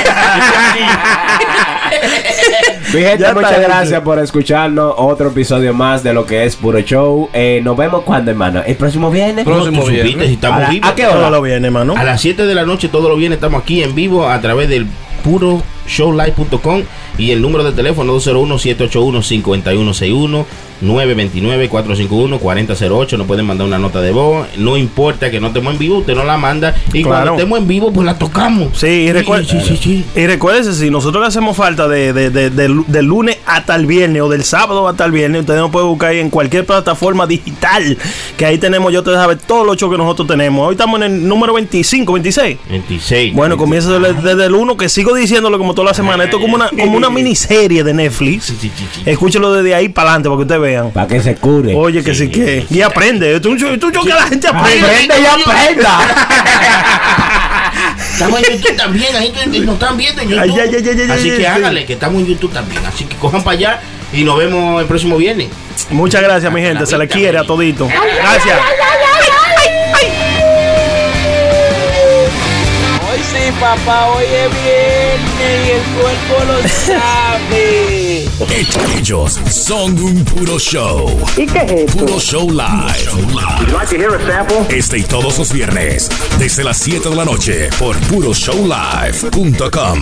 Mi gente, Ya está, muchas gente. gracias por escucharnos. Otro episodio más de lo que es Puro Show. Eh, nos vemos cuando, hermano. El próximo viernes. No, tú supiste, si estamos ¿A la- vivos. a qué Todo hora? lo viene, hermano. A las 7 de la noche, todos los viernes estamos aquí en vivo a través del puro showlive.com y el número de teléfono 201-781-5161, 929-451-4008. Nos pueden mandar una nota de voz. No importa que no estemos en vivo, usted no la manda. Y Claro. cuando estemos en vivo, pues la tocamos. Sí, y recuer- Sí, sí, sí. Y recuérdense, si nosotros le hacemos falta de, de- de- de lu- del lunes hasta el viernes o del sábado hasta el viernes, ustedes nos pueden buscar ahí en cualquier plataforma digital. Que ahí tenemos, yo te sabe, todos los shows que nosotros tenemos. Hoy estamos en el número 25, 26. 26. Bueno, comienza desde, desde el 1, que sigo diciéndolo como toda la semana. Esto es como una, como una miniserie de Netflix. Sí, sí, sí, sí. Escúchelo desde ahí para adelante para que ustedes vean. Para que se cure. Oye, que sí, que. Y aprende. Esto es un show, esto es un show que la gente aprende. Aprende y aprenda. Estamos en YouTube también, la gente nos están viendo en YouTube. Ay, ay, ay, ay, ay, así ay, que sí. hágale, que estamos en YouTube también. Así que cojan para allá y nos vemos el próximo viernes. Muchas gracias, mi gente. Se le quiere a todito. Gracias. Hoy sí, papá, hoy es viernes y el cuerpo lo sabe. Ellos son un puro show. ¿Y qué es esto? Puro show live. Este y todos los viernes, desde las 7 de la noche, por puroshowlive.com.